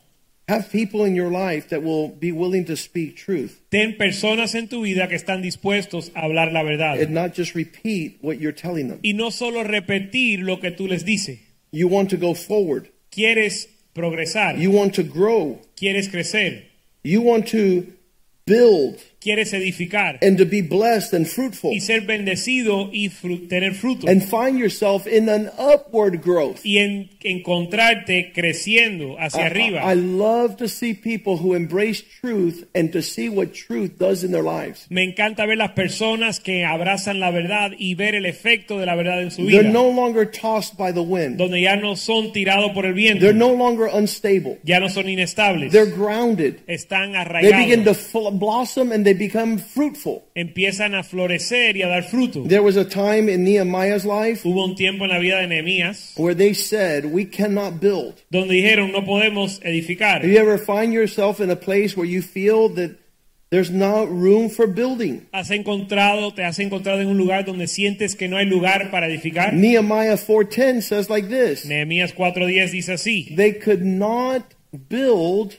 Have people in your life that will be willing to speak truth Ten personas en tu vida que están dispuestos a hablar la verdad. and not just repeat what you're telling them. Y no solo repetir lo que tú les dices. You want to go forward, Quieres progresar, you want to grow, quieres crecer, you want to build quieres edificar and to be blessed and fruitful y ser bendecido y fru- tener fruto. and find yourself in an upward growth. y en- encontrarte creciendo hacia arriba. I, I love to see people who embrace truth and to see what truth does in their lives. Me encanta ver las personas que abrazan la verdad y ver el efecto de la verdad en su vida, They're no longer tossed by the wind. donde ya no son tirados por el viento, They're no longer unstable. ya no son inestables, They're grounded. están They begin to arraigados, fl- blossom and they become fruitful. empiezan a florecer y a dar fruto. There was a time in Nehemiah's life Hubo un tiempo en la vida de Nehemías where they said, We cannot build. donde dijeron no podemos edificar. Do you ever find yourself in a place where you feel that there's no room for building? Has encontrado, te has encontrado en un lugar donde sientes que no hay lugar para edificar. Nehemiah 4:10 says like this. Nehemías 4:10 dice así: They could not build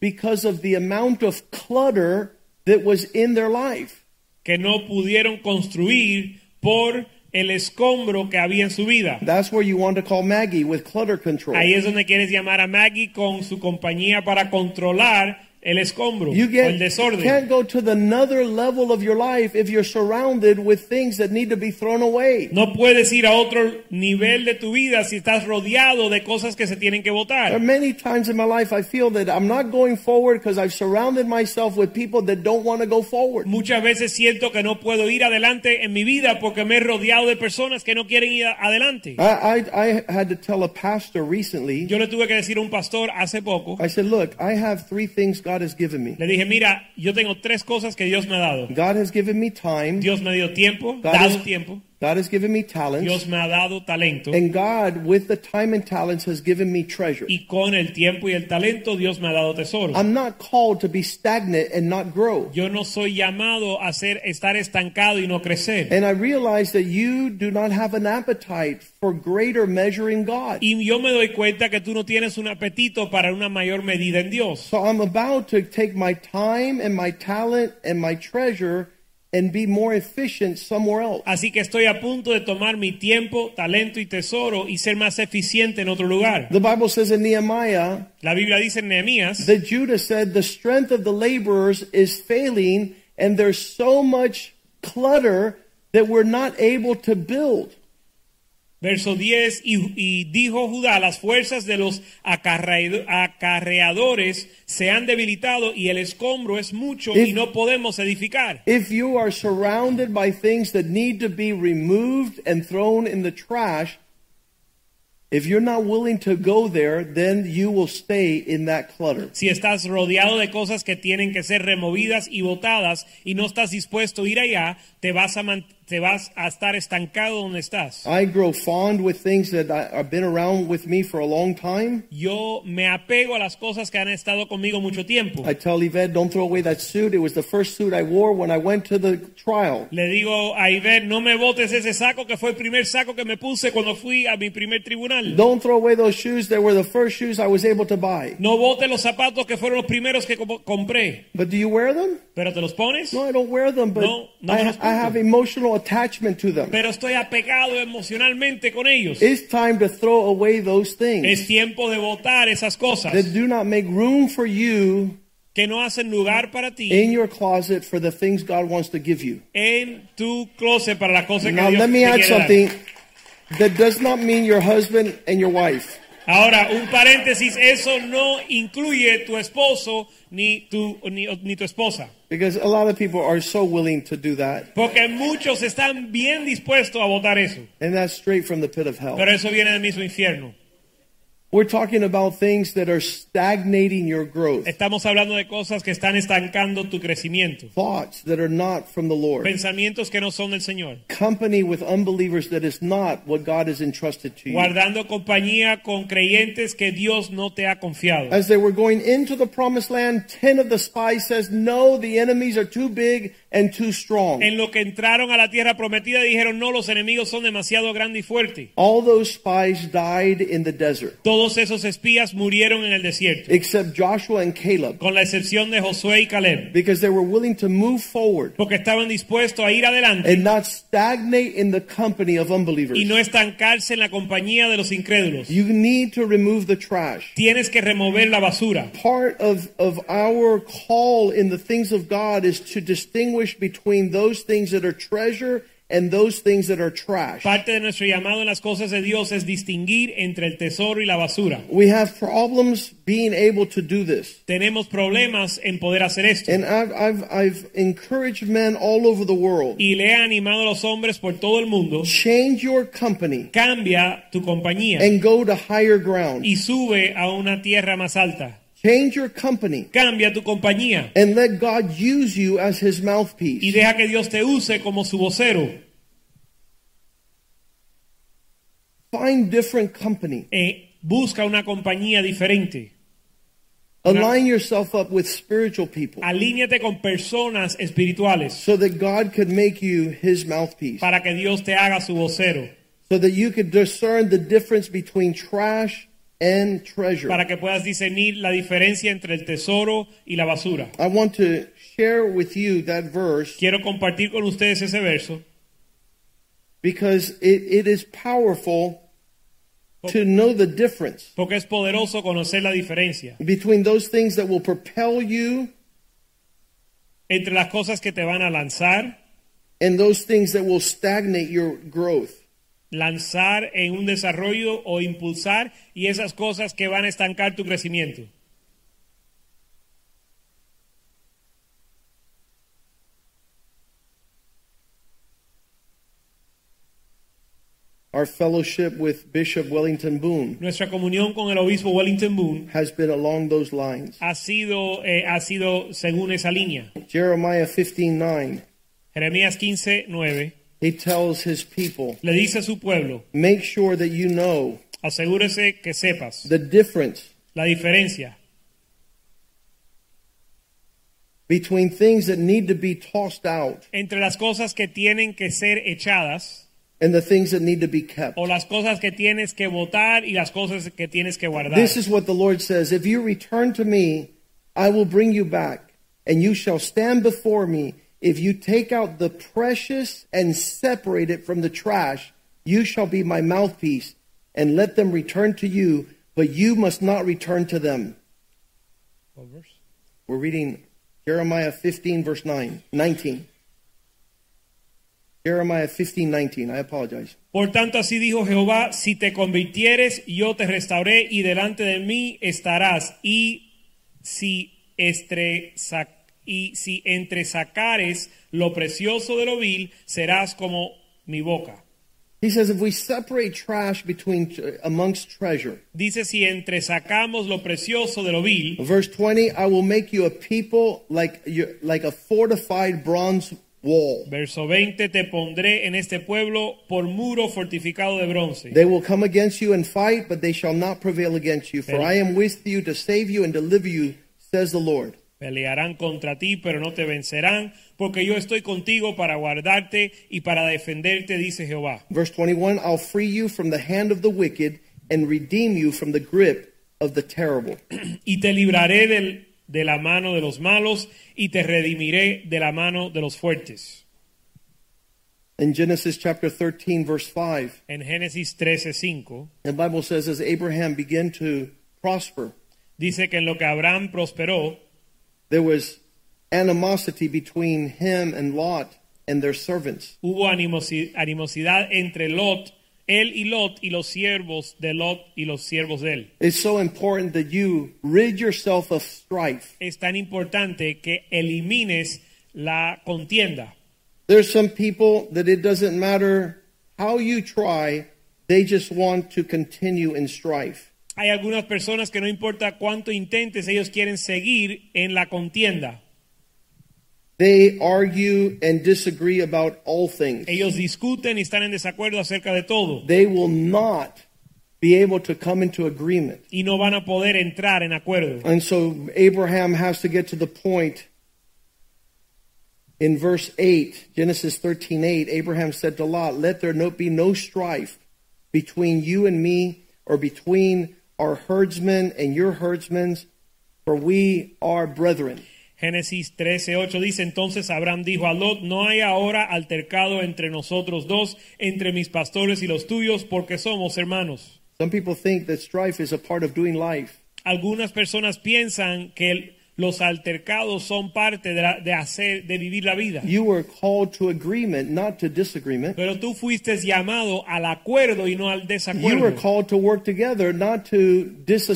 because of the amount of clutter that was in their life. que no pudieron construir por el escombro que había en su vida. That's where you want to call Maggie with clutter control. Ahí es donde quieres llamar a Maggie con su compañía para controlar el escombro You o get, el desorden. can't go to the another level of your life if you're surrounded with things that need to be thrown away. No puedes ir a otro nivel de tu vida si estás rodeado de cosas que se tienen que There are votar. Uh, many times in my life I feel that I'm not going forward because I've surrounded myself with people that don't want to go forward. Muchas veces siento que no puedo ir adelante en mi vida porque me he rodeado de personas que no quieren ir a- adelante. I, I, I had to tell a pastor recently, Yo le tuve que decir a un pastor hace poco, I said, Look, I have three things God has given me. le dije, mira, yo tengo tres cosas que Dios me ha dado. God has given me time, Dios me dio tiempo, God dado has- tiempo. God has given me talents, Dios me ha dado talento and God, with the time and talents, has given me treasure. y con el tiempo y el talento Dios me ha dado tesoro. I'm not called to be stagnant and not grow. Yo no soy llamado a ser estar estancado y no crecer. And I realize that you do not have an appetite for greater measure in God. Y yo me doy cuenta que tú no tienes un apetito para una mayor medida en Dios. So I'm about to take my time and my talent and my treasure and be more efficient somewhere else. Así que estoy a punto de tomar mi tiempo, talento y tesoro y ser más eficiente en otro lugar. The Bible says in Nehemiah La Biblia dice en Nehemías that Judah said, The strength of the laborers is failing, and there's so much clutter that we're not able to build. Verso 10, y, y dijo Judá, las fuerzas de los acarreado- acarreadores se han debilitado y el escombro es mucho y If- no podemos edificar. If you are surrounded by things that need to be removed and thrown in the trash, if you're not willing to go there, then you will stay in that clutter. Si estás rodeado de cosas que tienen que ser removidas y botadas y no estás dispuesto a ir allá, te vas a, man- te vas a estar estancado donde estás. I grow fond with things that I, have been around with me for a long time. Yo me apego a las cosas que han estado conmigo mucho tiempo. I tell Yvette, don't throw away that suit. It was the first suit I wore when I went to the trial. Le digo a Iber, no me botes ese saco que fue el primer saco que me puse cuando fui a mi primer tribunal. Don't throw away those shoes. They were the first shoes I was able to buy. No botes los zapatos que fueron los primeros que com- compré. But do you wear them? ¿Pero te los pones? No, I don't wear them, but No, no I, me los I pongo. have emotional attachment to them. Pero estoy apegado emocionalmente con ellos. It's time to throw away those Es things tiempo de votar esas cosas that do not make room for you que no hacen lugar para ti in your closet for the things God wants to give you. en tu closet para las cosas que Now, Dios let me te add quiere dar. something that does not mean your husband and your wife. Ahora, un paréntesis, eso no incluye tu esposo ni tu, ni, ni tu esposa. Because a lot of people are so willing to do that, Porque muchos están bien dispuestos a votar eso. and that's straight from the pit of hell. Pero eso viene del mismo infierno. We're talking about things that are stagnating your growth, Estamos hablando de cosas que están estancando tu crecimiento. thoughts that are not from the Lord, Pensamientos que no son del Señor. company with unbelievers that is not what God has entrusted to you. Guardando compañía con creyentes que Dios no te ha confiado. As they were going into the promised land, 10 of the spies says, "No, the enemies are too big and too strong." En lo que entraron a la tierra prometida dijeron, no, los enemigos son demasiado grandes y fuertes. All those spies died in the desert, Todos esos espías murieron en el desierto, except Joshua and Caleb, con la excepción de Josué y Caleb, because they were willing to move forward porque estaban dispuestos a ir adelante and not stagnate in the company of y unbelievers. no estancarse en la compañía de los incrédulos. You need to remove the trash. Tienes que remover la basura. Part of, of our call in the things of God is to distinguish between those things that are treasure and those things that are trash. Parte de nuestro llamado en las cosas de Dios es distinguir entre el tesoro y la basura. We have problems being able to do this. Tenemos problemas en poder hacer esto. And I've, I've, I've encouraged men all over the world Y le ha animado a los hombres por todo el mundo, change your company cambia tu compañía and go to higher ground. y sube a una tierra más alta. Change your company Cambia tu compañía and let God use you as his y mouthpiece. deja que Dios te use como su vocero. Find different company. Eh, busca una compañía diferente. Align yourself up with spiritual people Alíñate con personas espirituales so that God could make you his mouthpiece. para que Dios te haga su vocero, so that you could discern the difference between trash and treasure. para que puedas discernir la diferencia entre el tesoro y la basura. I want to share with you that verse Quiero compartir con ustedes ese verso because it, it is powerful to know the difference porque es poderoso conocer la diferencia between those things that will propel you entre las cosas que te van a lanzar, and those things that will stagnate your growth. lanzar en un desarrollo o impulsar y esas cosas que van a estancar tu crecimiento. Our fellowship with Bishop Wellington Boone Nuestra comunión con el obispo Wellington Boone has been along those lines. ha sido, eh, ha sido según esa línea. Jeremiah 15:9, Jeremías 15, 9 he tells his people, le dice a su pueblo, make sure that you know asegúrese que sepas the difference la diferencia between things that need to be tossed out entre las cosas que tienen que ser echadas and the things that need to be kept. o las cosas que tienes que votar y las cosas que tienes que guardar. This is what the Lord says If you return to me, I will bring you back, and you shall stand before me. If you take out the precious and separate it from the trash, you shall be my mouthpiece, and let them return to you, but you must not return to them. We're reading Jeremiah 15, verse 9, 19. Jeremiah 15, 19. I apologize. Por tanto, así dijo Jehová, si te convirtieres, yo te restauré y delante de mí estarás. Y si, estresa- y si entresacares lo precioso de lo vil, serás como mi boca. He says if we separate trash between amongst treasure. Dice, si entresacamos lo precioso de lo vil, Verse 20, I will make you a people like your, like a fortified bronze wall. Verso 20, te pondré en este pueblo por muro fortificado de bronce. They will come against you and fight, but they shall not prevail against you. For I am with you to save you and deliver you, says the Lord. Pelearán contra ti, pero no te vencerán, porque yo estoy contigo para guardarte y para defenderte, dice Jehová. Verse 21 I'll free you from the hand of the wicked and redeem you from the grip of the terrible. Y te libraré del- de la mano de los malos y te redimiré de la mano de los fuertes. In Genesis chapter 13, verse 5, En Génesis 13:5 the Bible says, As Abraham began to prosper, dice que en lo que Abraham prosperó, there was animosity between him and Lot and their servants. hubo animosi- animosidad entre Lot, él y Lot y los siervos de Lot y los siervos de él. It's so important that you rid yourself of strife. Es tan importante que elimines la contienda. There's some people that it doesn't matter how you try, they just want to continue in strife. Hay algunas personas que no importa cuánto intentes, ellos quieren seguir en la contienda. They argue and disagree about all things. Ellos discuten y están en desacuerdo acerca de todo They will not be able to come into agreement. y no van a poder entrar en acuerdo. And so Abraham has to get to the point in verse 8, Genesis 13 8, Abraham said to Lot, Let there no, be no strife between you and me, or between our herdsmen and your herdsmen, for we are brethren. Génesis 13:8 dice, entonces Abraham dijo a Lot, no hay ahora altercado entre nosotros dos, entre mis pastores y los tuyos, porque somos hermanos. Some people think that strife is a part of doing life. Algunas personas piensan que el- los altercados son parte de, la- de hacer, de vivir la vida. You were called to agreement, not to disagreement. Pero tú fuiste llamado al acuerdo y no al You were desacuerdo. called to work together, not to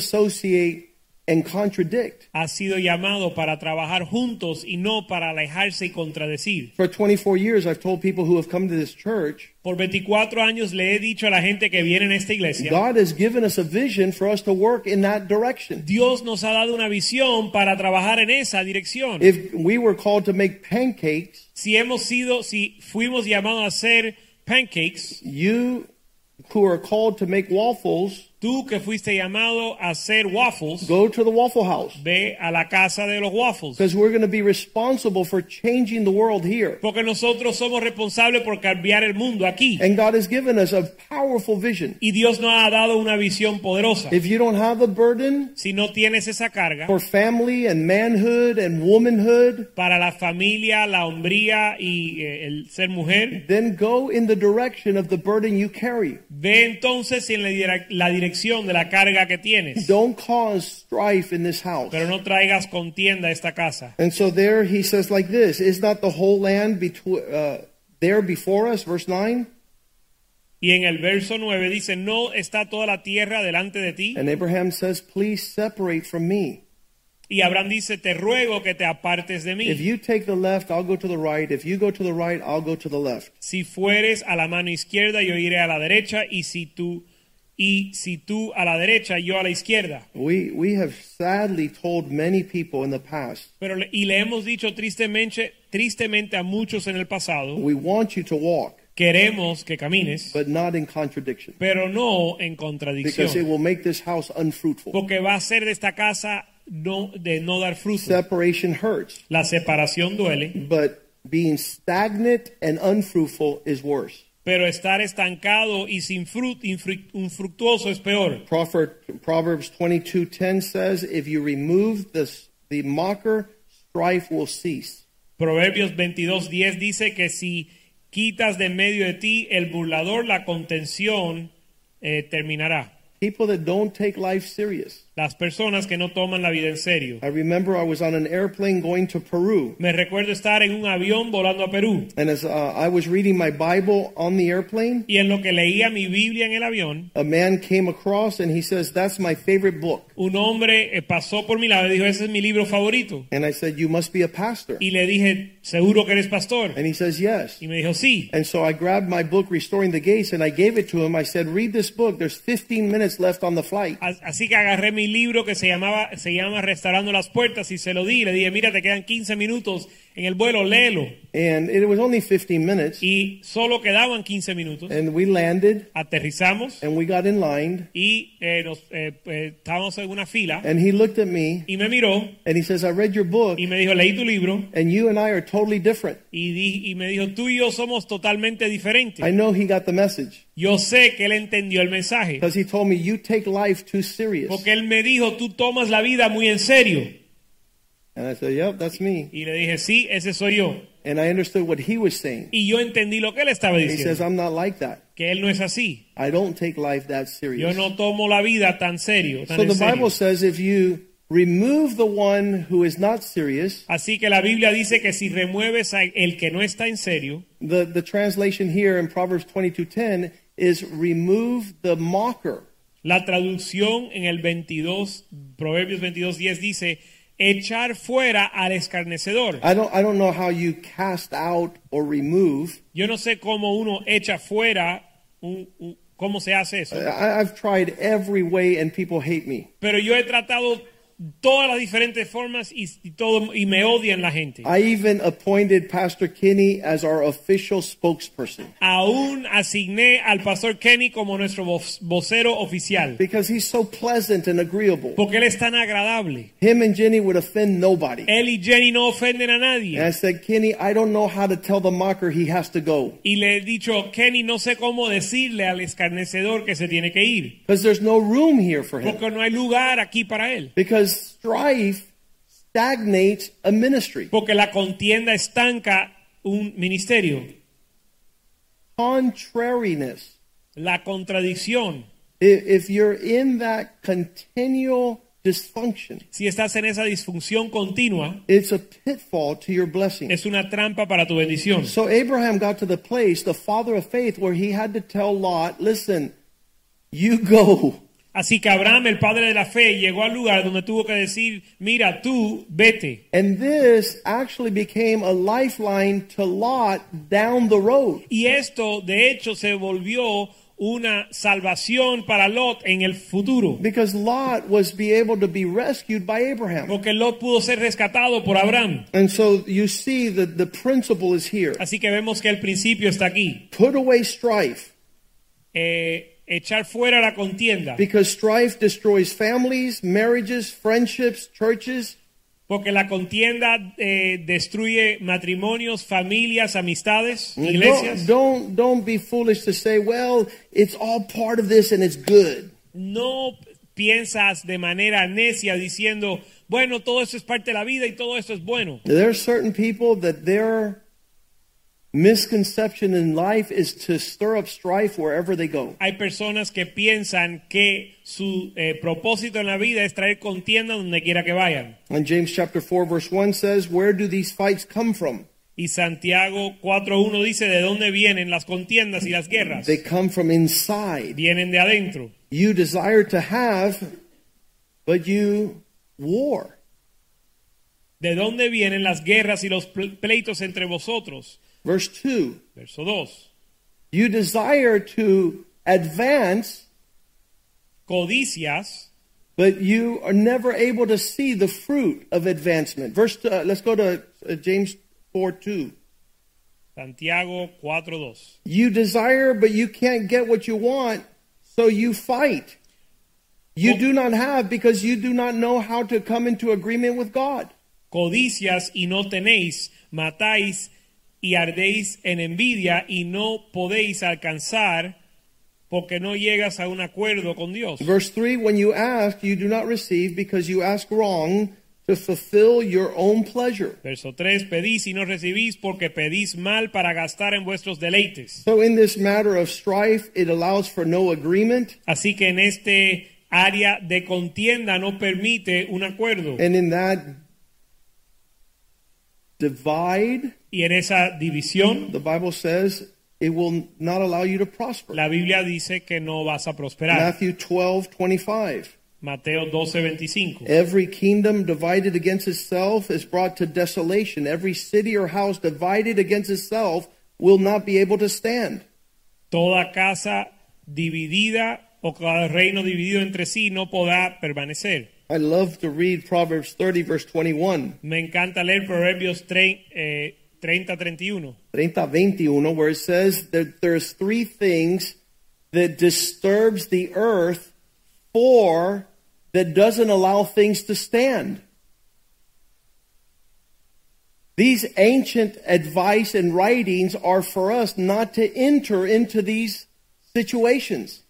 disassociate and contradict. Has sido llamado para trabajar juntos y no para alejarse y contradecir. For 24 years, I've told people who have come to this church, Por 24 años le he dicho a la gente que viene en esta iglesia, God has given us a vision for us to work in that direction. Dios nos ha dado una visión para trabajar en esa dirección. If we were called to make pancakes, si hemos sido, si fuimos llamados a hacer pancakes, you who are called to make waffles, tú que fuiste llamado a hacer waffles, go to the Waffle House. ve a la casa de los waffles. Because we're going to be responsible for changing the world here. Porque nosotros somos responsables por cambiar el mundo aquí. And God has given us a powerful vision. Y Dios nos ha dado una visión poderosa. If you don't have the burden Si no tienes esa carga for family and manhood and womanhood, para la familia, la hombría y eh, el ser mujer, then go in the direction of the burden you carry. ve entonces en la, direc- la dirección de la carga que tienes. Don't cause strife in this house. Pero no traigas contienda a esta casa. And so there he says like this, is not the whole land betw- uh, there before us, verse 9? Y en el verso 9 dice, no está toda la tierra delante de ti. And Abraham says, please separate from me. Y Abraham dice, te ruego que te apartes de If mí. you take the left, I'll go to the right. If you go to the right, I'll go to the left. Si fueres a la mano izquierda, yo iré a la derecha. Y si tú, y si tú a la derecha, yo a la izquierda. We, we have sadly told many people in the past, Pero, le- y le hemos dicho tristemente, tristemente a muchos en el pasado, we want you to walk, queremos que camines, but not in contradiction. pero no en Because it contradicción. will make this house unfruitful. Porque va a ser de esta casa no, de no dar fruto. Separation hurts, La separación duele. but being stagnant and unfruitful is worse. Pero estar estancado y sin fruto, infructuoso es peor. Proverb- Proverbs 22:10 says, "If you remove the the mocker, strife will cease." Proverbios 22.10 dice que si quitas de en medio de ti el burlador, la contención eh, terminará. People that don't take life serious. Las personas que no toman la vida en serio. I remember I was on an airplane going to Peru, Me recuerdo estar en un avión volando a Perú and as uh, I was reading my Bible on the airplane, y en lo que leía mi Biblia en el avión, a man came across and he says, "That's my favorite book." un hombre eh, pasó por mi lado y dijo, ese es mi libro favorito. And I said, "You must be a pastor." Y le dije, seguro que eres pastor. And he says, "Yes." Y me dijo, sí. And so I grabbed my book, Restoring the Gates, and I gave it to him. I said, "Read this book. There's 15 minutes left on the flight." As- Así que agarré mi libro que se llamaba se llama Restaurando las Puertas y se lo di y le dije, mira, te quedan 15 minutos en el vuelo, léelo. And it was only 15 minutes. Y solo quedaban 15 minutos. And we landed Aterrizamos and we got in line. y eh, nos, eh, eh, estábamos en una fila. And he looked at me Y me miró and he says, I read your book y me dijo, leí tu libro. and you and I are totally different. Y, di- y me dijo, tú y yo somos totalmente diferentes. I know he got the message Yo sé que él entendió el mensaje. because he told me, You take life too serious. Porque él me dijo, tú tomas la vida muy en serio. And I said, Yep, that's me. Y le dije, sí, ese soy yo. And I understood what he was saying. Y yo entendí lo que él estaba He says, diciendo. I'm not like that. Que él no es así. I don't take life that Yo serious. no tomo la vida tan serio. tan So en the serio. Bible says if you remove the one who is not serious, Así que la Biblia dice que si remueves a el que no está en serio, the, the translation here in Proverbs 22:10 is remove the mocker. la traducción en el 22, Proverbios 22, 10 dice, echar fuera al escarnecedor. I don't I don't know how you cast out or remove. Yo no sé cómo uno echa fuera, un- un- cómo se hace eso. I, I've tried every way and people hate me. Pero yo he tratado todas las diferentes formas y, y todo, y me odian la gente. I even appointed Pastor Kinney as our official spokesperson Aún asigné al pastor Kenny como nuestro vo- vocero oficial, because he's so pleasant and agreeable. porque él es tan agradable. Him and Jenny would offend nobody. Él y Jenny no ofenden a And I nadie. said, Kenny, I don't know how to tell the mocker he has to go. Y le he dicho, Kenny, no sé cómo decirle al escarnecedor que se tiene que ir, Because there's no room here for him. porque no hay lugar aquí para él, Because strife stagnates a ministry. porque la contienda estanca un ministerio. Contrariness. La contradicción, I- If you're in that continual dysfunction, si estás en esa disfunción continua, it's a pitfall to your blessing. es una trampa para tu bendición. So Abraham got to the place, the father of faith, where he had to tell Lot, listen, you go. Así que Abraham, el padre de la fe, llegó al lugar donde tuvo que decir, mira, tú vete. And this actually became a lifeline to Lot down the road. Y esto, de hecho, se volvió una salvación para Lot en el futuro. Because Lot was be able to be rescued by Abraham. Porque Lot pudo ser rescatado por Abraham. And so you see that the principle is here. Así que vemos que el principio está aquí. Put away strife Eh, echar fuera la contienda. because strife destroys families, marriages, friendships, churches. Porque la contienda eh, destruye matrimonios, familias, amistades, Don't, iglesias. don't don't be foolish to say, well, it's all part of this and it's good. no piensas de manera necia diciendo, bueno, todo esto es parte de la vida y todo esto es bueno. There are certain people that their misconception in life is to stir up strife wherever they go. Hay personas que piensan que su eh, propósito en la vida es traer contienda donde quiera que vayan. And James chapter 4 verse 1 says, where do these fights come from? Y Santiago 4.1 dice de dónde vienen las contiendas y las guerras. They come from inside. Vienen de adentro. you desire to have, but you war. ¿De dónde vienen las guerras y los ple- pleitos entre vosotros? Verse 2 Verso 2. You desire to advance, Codicias, but you are never able to see the fruit of advancement. Verse, uh, let's go to uh, James 4 2. Santiago 4.2. You desire, but you can't get what you want, so you fight. You Well- do not have because you do not know how to come into agreement with God. Codicias y no tenéis, matáis y ardéis en envidia y no podéis alcanzar porque no llegas a un acuerdo con Dios. Verse 3 When you ask, you do not receive because you ask wrong to fulfill your own pleasure. Verso 3, pedís y no recibís porque pedís mal para gastar en vuestros deleites. So, in this matter of strife, it allows for no agreement. Así que en este área de contienda no permite un acuerdo. And in that divide, Y en esa división, the Bible says it will not allow you to prosper. la Biblia dice que no vas a prosperar. Matthew 12 25. Mateo 12, 25. Every kingdom divided against itself is brought to desolation. Every city or house divided against itself will not be able to stand. Toda casa dividida o cada reino dividido entre sí no podrá permanecer. I love to read Proverbs 30, verse 21. Me encanta leer Proverbios 30, eh, 30 31. 30:21 where it says that there's three things that disturbs the earth four that doesn't allow things to stand these ancient advice and writings are for us not to enter into these situations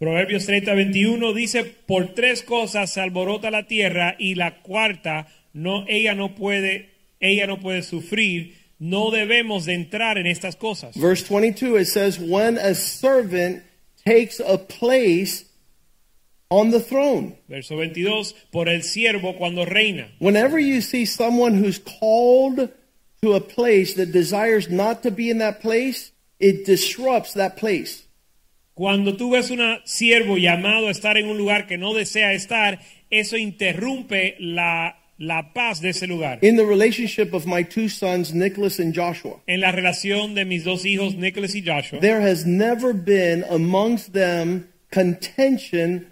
Proverbios 30, 21 dice, por tres cosas se alborota la tierra y la cuarta, no, ella, no puede, ella no puede sufrir, no debemos de entrar en estas cosas. verse 22 it says when a servant takes a place on the throne Verso 22, por el siervo cuando reina. Whenever you see someone who's called to a place that desires not to be in that place, it disrupts that place. Cuando tú ves un siervo llamado a estar en un lugar que no desea estar, eso interrumpe la, la paz de ese lugar. In the relationship of my two sons, Nicholas and Joshua, En la relación de mis dos hijos, Nicholas y Joshua, there has never been amongst them contention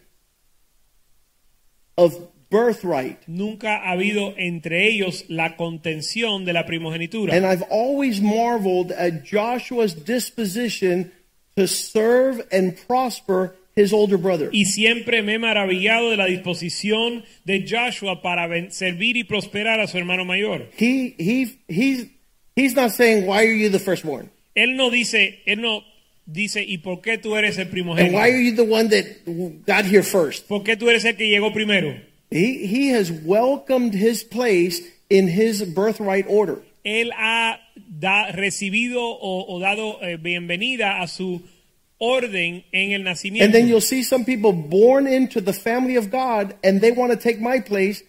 of birthright. nunca ha habido entre ellos la contención de la primogenitura. And I've always marveled at Joshua's disposition to serve and prosper his older brother. Y siempre me he maravillado de la disposición de Joshua para ven- servir y prosperar a su hermano mayor. He, he, he's, he's not saying, Why are you the firstborn? Él no dice, él no dice, ¿y por qué tú eres el And why are primogénito? you the one that got here first? ¿Por qué tú eres el que llegó primero? He, he has welcomed his place in his birthright order. Él ha da- recibido o, o dado eh, bienvenida a su orden en el And nacimiento. then you'll see some people born into the family of God and they want to take my place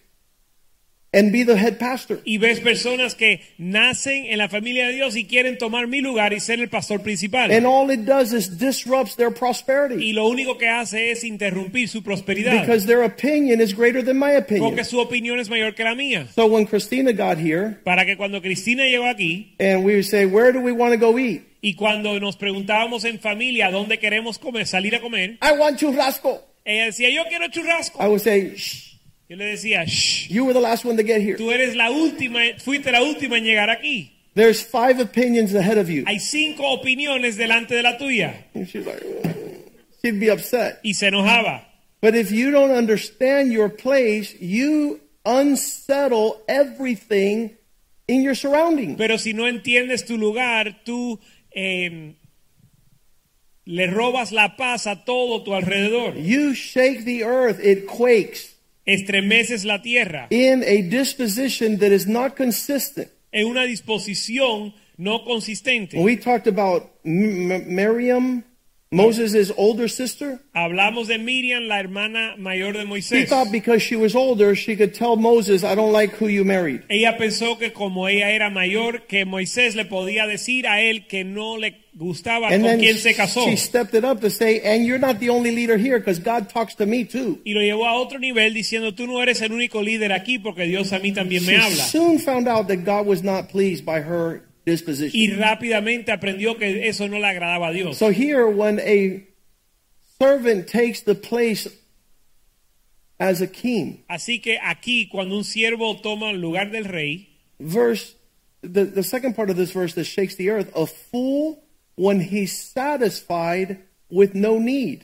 and be the head pastor. Y ves personas que nacen en la familia de Dios y quieren tomar mi lugar y ser el pastor principal. And all it does is disrupts their y prosperity lo único que hace es interrumpir su prosperidad. because their opinion is greater than my Porque opinion. su opinión es mayor que la mía. So when Christina got here Para que cuando Cristina llegó aquí and we would say, Where do we want to go eat? y cuando nos preguntábamos en familia dónde queremos comer, salir a comer, I want churrasco. ella decía, yo quiero churrasco. I would say, Shh, Yo le decía, shh, you were the last one to get here. tú eres la última, fuiste la última en llegar aquí. There's five opinions ahead of you. Hay cinco opiniones delante de la tuya. And she's like, "Ugh." she'd be upset. Y se enojaba. But if you don't understand your place, you unsettle everything in your surroundings. Pero si no entiendes tu lugar, tú eh, le robas la paz a todo tu alrededor. You shake the earth, it quakes Estremeces la tierra in a disposition that is not consistent. en una disposición no consistente. When we talked about M- M- Miriam, Moses' older sister, Hablamos de Miriam, la hermana mayor de she Moisés. thought because she was older, she could tell Moses, I don't like who you married. Ella pensó que como ella era mayor, que Moisés le podía decir a él que no le gustaba And con then quién se casó. she stepped it up to say, and you're not the only leader here because God talks to me too. Y lo llevó a otro nivel diciendo, tú no eres el único líder aquí porque Dios a mí también me She habla. soon found out that God was not pleased by her Y disposition. rápidamente aprendió que eso no le agradaba a Dios. So here, when a servant takes the place as a king, Así que aquí, cuando un siervo toma el lugar del rey, verse the, the second part of this verse that shakes the earth, a fool when he's satisfied with no need.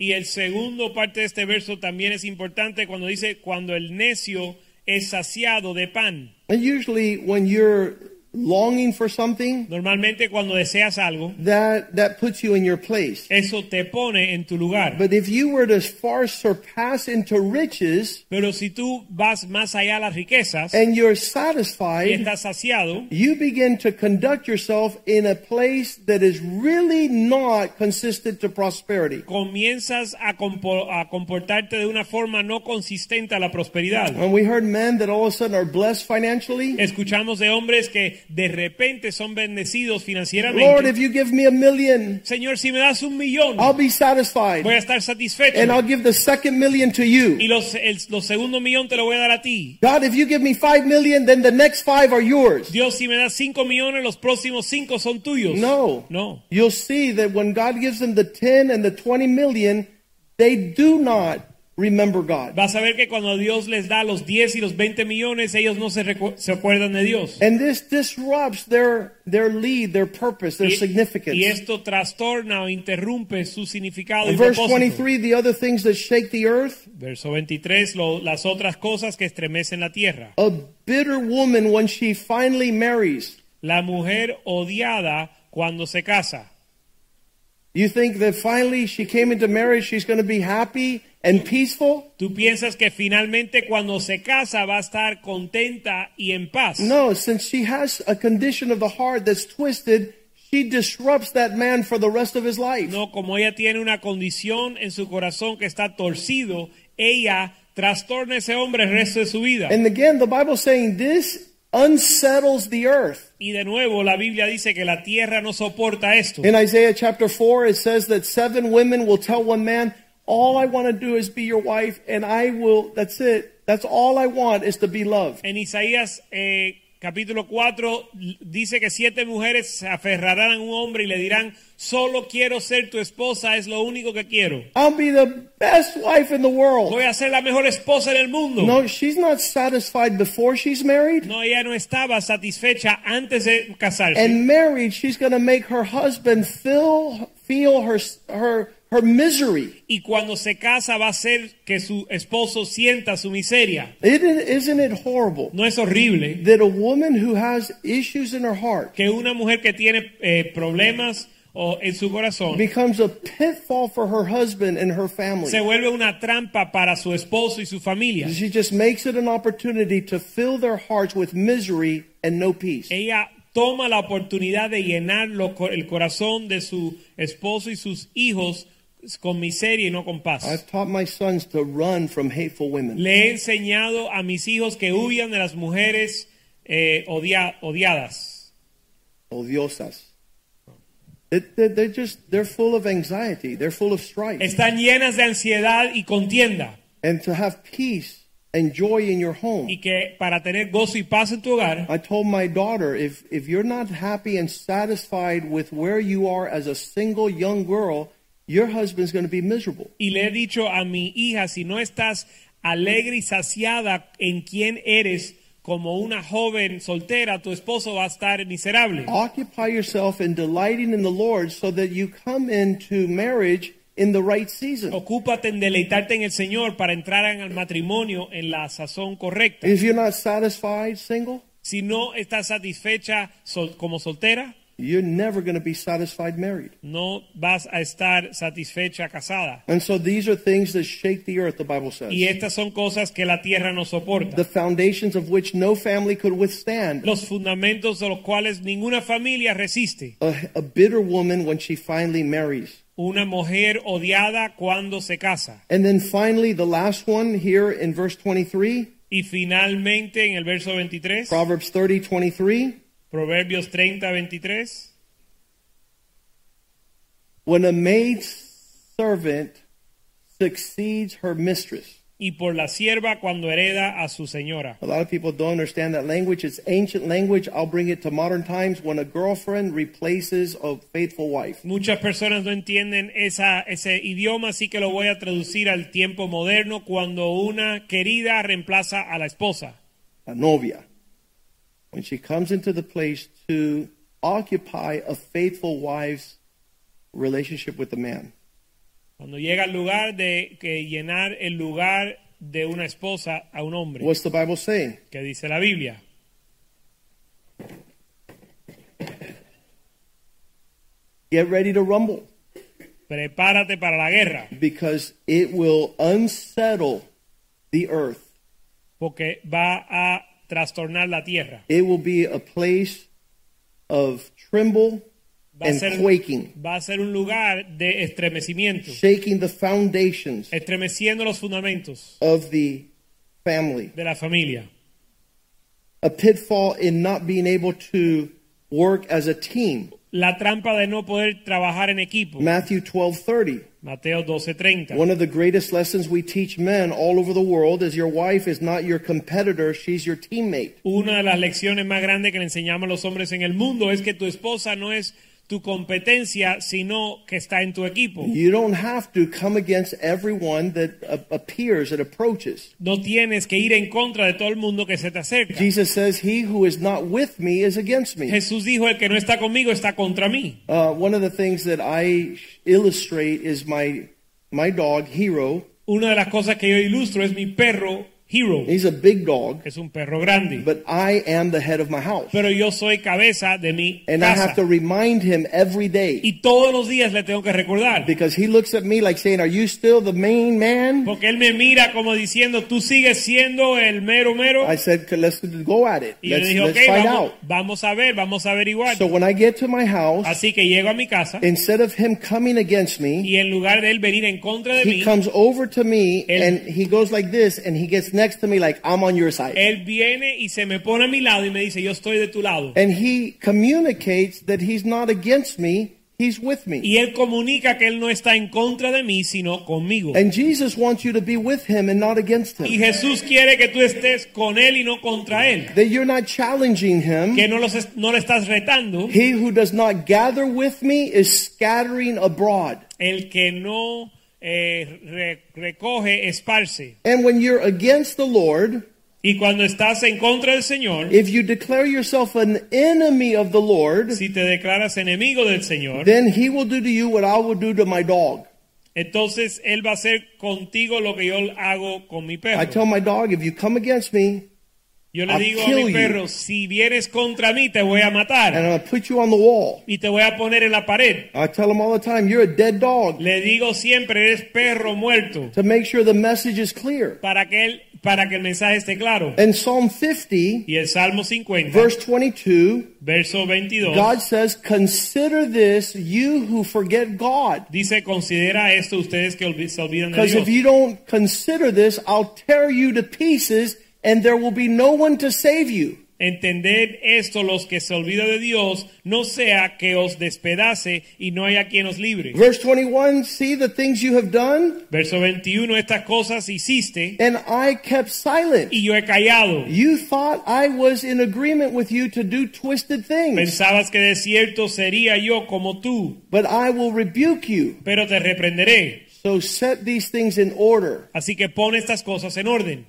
y el segundo parte de este verso también es importante cuando dice, cuando el necio es saciado de pan. And usually when you're longing for something, Normalmente cuando deseas algo, that that puts you in your place. eso te pone en tu lugar. But if you were to far surpass into riches Pero si tú vas más allá de las riquezas and you're y satisfied, estás saciado, you begin to conduct yourself in a place that is really not consistent to prosperity. comienzas a, compo- a comportarte de una forma no consistente a la prosperidad. When we heard men that all of a sudden are blessed financially, Escuchamos de hombres que de repente son Lord, bendecidos if financieramente. you give me a Oh. million, Señor, si me das un millón, I'll be voy a satisfied estar satisfecho. and I'll give the second million to Y you. los, el- los segundos millón te lo voy a dar a ti. God, if you give me five million, then the next five are yours. Dios, si me das cinco millones, los próximos cinco son tuyos. No. No. You'll see that when God gives them the 10 and the 20 million, they do not remember God. Vas a ver que cuando Dios les da los 10 y los 20 millones, ellos no se, recu- se acuerdan de Dios. And this disrupts their, their lead, their purpose, their Y, significance. y esto trastorna o interrumpe su significado y In verse propósito. 23, the other things that shake the earth, Verso 23, lo- las otras cosas que estremecen la tierra. a bitter woman when she finally marries. La mujer odiada cuando se casa. You think that finally she came into marriage, she's going to be happy and peaceful? ¿Tú piensas que finalmente cuando se casa va a estar contenta y en paz? No, since she has a condition of the heart that's twisted, she disrupts that man for the rest of his life. No, como ella tiene una condición en su corazón que está torcido, ella trastorna a ese hombre el resto de su vida. And again, the Bible's saying this unsettles the earth. Y de nuevo, la Biblia dice que la tierra no soporta esto. In Isaiah chapter 4, it says that seven women will tell one man, All I want to do is be your wife, and I will, that's it. That's all I want is to be loved. En Isaías eh, capítulo 4 dice que siete mujeres se aferrarán a un hombre y le dirán, solo quiero ser tu esposa, es lo único que quiero. I'll be the best wife in the world. Voy a ser la mejor esposa del mundo. No, she's not satisfied before she's married. No, ella no estaba satisfecha antes de casarse. And married, she's going to make her husband feel, feel her, her, her misery. y cuando se casa va a hacer que su esposo sienta su miseria. It, isn't it horrible No es horrible that a woman who has issues in her heart que una mujer que tiene eh, problemas o en su corazón becomes a pitfall for her husband and her family. se vuelve una trampa para su esposo y su familia. She just makes it an opportunity to fill their hearts with misery and no peace. Ella toma la oportunidad de llenar lo co- el corazón de su esposo y sus hijos con miseria y no con paz. I've taught my sons to run from hateful women. Le he enseñado a mis hijos que huyan de las mujeres eh, odia- odiadas. Odiosas. It- they- They're just, they're full of anxiety. They're full of strife. Están llenas de ansiedad y contienda. And to have peace and joy in your home. y que para tener gozo y paz en tu hogar, I told my daughter, if, if you're not happy and satisfied with where you are as a single young girl, your husband's going to be miserable. y le he dicho a mi hija, si no estás alegre y saciada en quién eres como una joven soltera, tu esposo va a estar miserable. Oh, Occupy yourself in delighting in the Lord so that you come into marriage in the right Oh. season. Ocúpate en deleitarte en el Señor para entrar en el matrimonio en la sazón correcta. If you're not satisfied single, Si no estás satisfecha sol- como soltera, you're never going to be satisfied married. no vas a estar satisfecha casada. And so these are things that shake the earth, the Bible says. Y estas son cosas que la tierra no soporta. The foundations of which no family could withstand. Los fundamentos de los cuales ninguna familia resiste. A, a bitter woman when she finally marries. una mujer odiada cuando se casa. And then finally, the last one here in verse 23, Y finalmente en el verso 23, Proverbs 30 23. Proverbios 30, 23, When a maid servant succeeds her mistress. y por la sierva cuando hereda a su señora. A lot of people don't understand that language. It's ancient language. I'll bring it to modern times when a girlfriend replaces a faithful wife. Muchas personas no entienden esa, ese idioma, así que lo voy a traducir al tiempo moderno cuando una querida reemplaza a la esposa. a novia, when she comes into the place to occupy a faithful wife's relationship with the man. Cuando llega al lugar de que llenar el lugar de una esposa a un hombre, What's the Bible saying? que dice la Biblia. Get ready to rumble Prepárate para la guerra, because it will unsettle the earth. porque va a trastornar la tierra. It will be a place of tremble va a, and ser, quaking, va a ser un lugar de estremecimiento, shaking the foundations estremeciendo los fundamentos of the family. de la familia. A pitfall in not being able to work as a team. La trampa de no poder trabajar en equipo. Matthew 12:30. Mateo 12:30. One of the greatest lessons we teach men all over the world is your wife is not your competitor, she's your teammate. Una de las lecciones más grandes que le enseñamos a los hombres en el mundo es que tu esposa no es tu competencia, sino que está en tu equipo. You don't have to come against everyone that a- appears and approaches. No tienes que ir en contra de todo el mundo que se te acerca. Jesus says, He who is not with me is against me. Jesús dijo, el que no está conmigo está contra mí. Uh, one of the things that I illustrate is my, my dog, Hero. Una de las cosas que yo ilustro es mi perro Hero. He's a big dog, Es un perro grande. but I am the head of my house. Pero yo soy cabeza de mi And I casa. have to remind him every day Y todos los días le tengo que recordar. because he looks at me like saying, Are you still the main man? Porque él me mira como diciendo, tú sigues siendo el mero mero. I said, "Okay, Let's go at it. Y yo le Let's, dije, ok, let's fight vamos, out. vamos a ver, vamos a averiguar. So eh, when I get to my house, Así que llego a mi casa instead of him coming against me, y en lugar de él venir en contra de he mí, comes over to me Él- and he goes like this and he gets next to me like I'm on your side. él viene y se me pone a mi lado y me dice, yo estoy de tu lado. and he communicates that he's not against me, he's with me. Y él comunica que él no está en contra de mí, sino conmigo. And Jesus wants you to be with him and not against Y him. Jesús quiere que tú estés con él y no contra él. That you're not challenging him. Que no, los es- no le estás retando. He who does not gather with me is scattering abroad. El que no eh, re- recoge, esparce. And when you're against the Lord, Y cuando estás en contra del Señor, if you declare yourself an enemy of the Lord, si te declaras enemigo del Señor, then he will do to you what I will do to my dog. entonces Él va a hacer contigo lo que yo hago con mi I tell perro. my dog, if you come against me, Yo le I'll digo a kill mi you. perro, si vienes contra mí, te voy a and matar I'm going to put you on the wall. y te voy a poner en la pared. I tell him all the time, you're a dead dog. Le digo siempre, eres perro muerto, To make sure the message is clear. para que, él, para que el mensaje esté claro. In Psalm 50, Y el Salmo 50, verse 22, verso 22, God says, Consider this, you who forget God. dice, considera esto ustedes que olvi- se olvidan de Because if Dios. you don't consider this, I'll tear you to pieces, and there will be no one to save you. Entended esto los que se olvida de Dios, no sea que os despedace y no haya quien os libre. Verse 21 See the things you have done, Verso 21, estas cosas hiciste and I kept silent. y yo he callado. You thought I was in agreement with you to do twisted things, Pensabas que de cierto sería yo como tú, but I will rebuke you. pero te reprenderé. So set these things in order. Así que pon estas cosas en orden.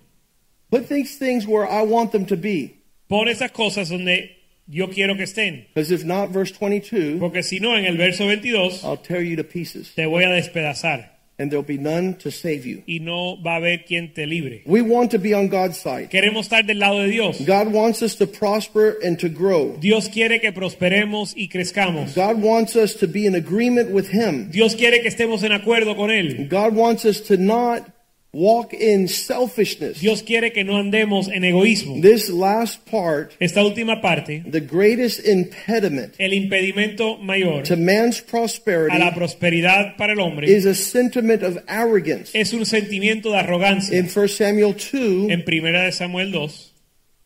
Put these things where I want them to be. Pon estas cosas donde yo quiero que estén. Because if not, verse 22, Porque si no, en el verso 22, I'll tear you to pieces, te voy a despedazar and there'll be none to save you. y no va a haber quien te libre. We want to be on God's side. Queremos estar del lado de Dios. God wants us to prosper and to grow. Dios quiere que prosperemos y crezcamos. God wants us to be in agreement with Him. Dios quiere que estemos en acuerdo con Él. God wants us to not walk in selfishness. Dios quiere que no andemos en egoísmo. This last part, Esta última parte, the greatest impediment el impedimento mayor to man's a la prosperity prosperidad para el hombre is a sentiment of arrogance. es un sentimiento de arrogancia. In 1 Samuel 2, En primera de Samuel 2,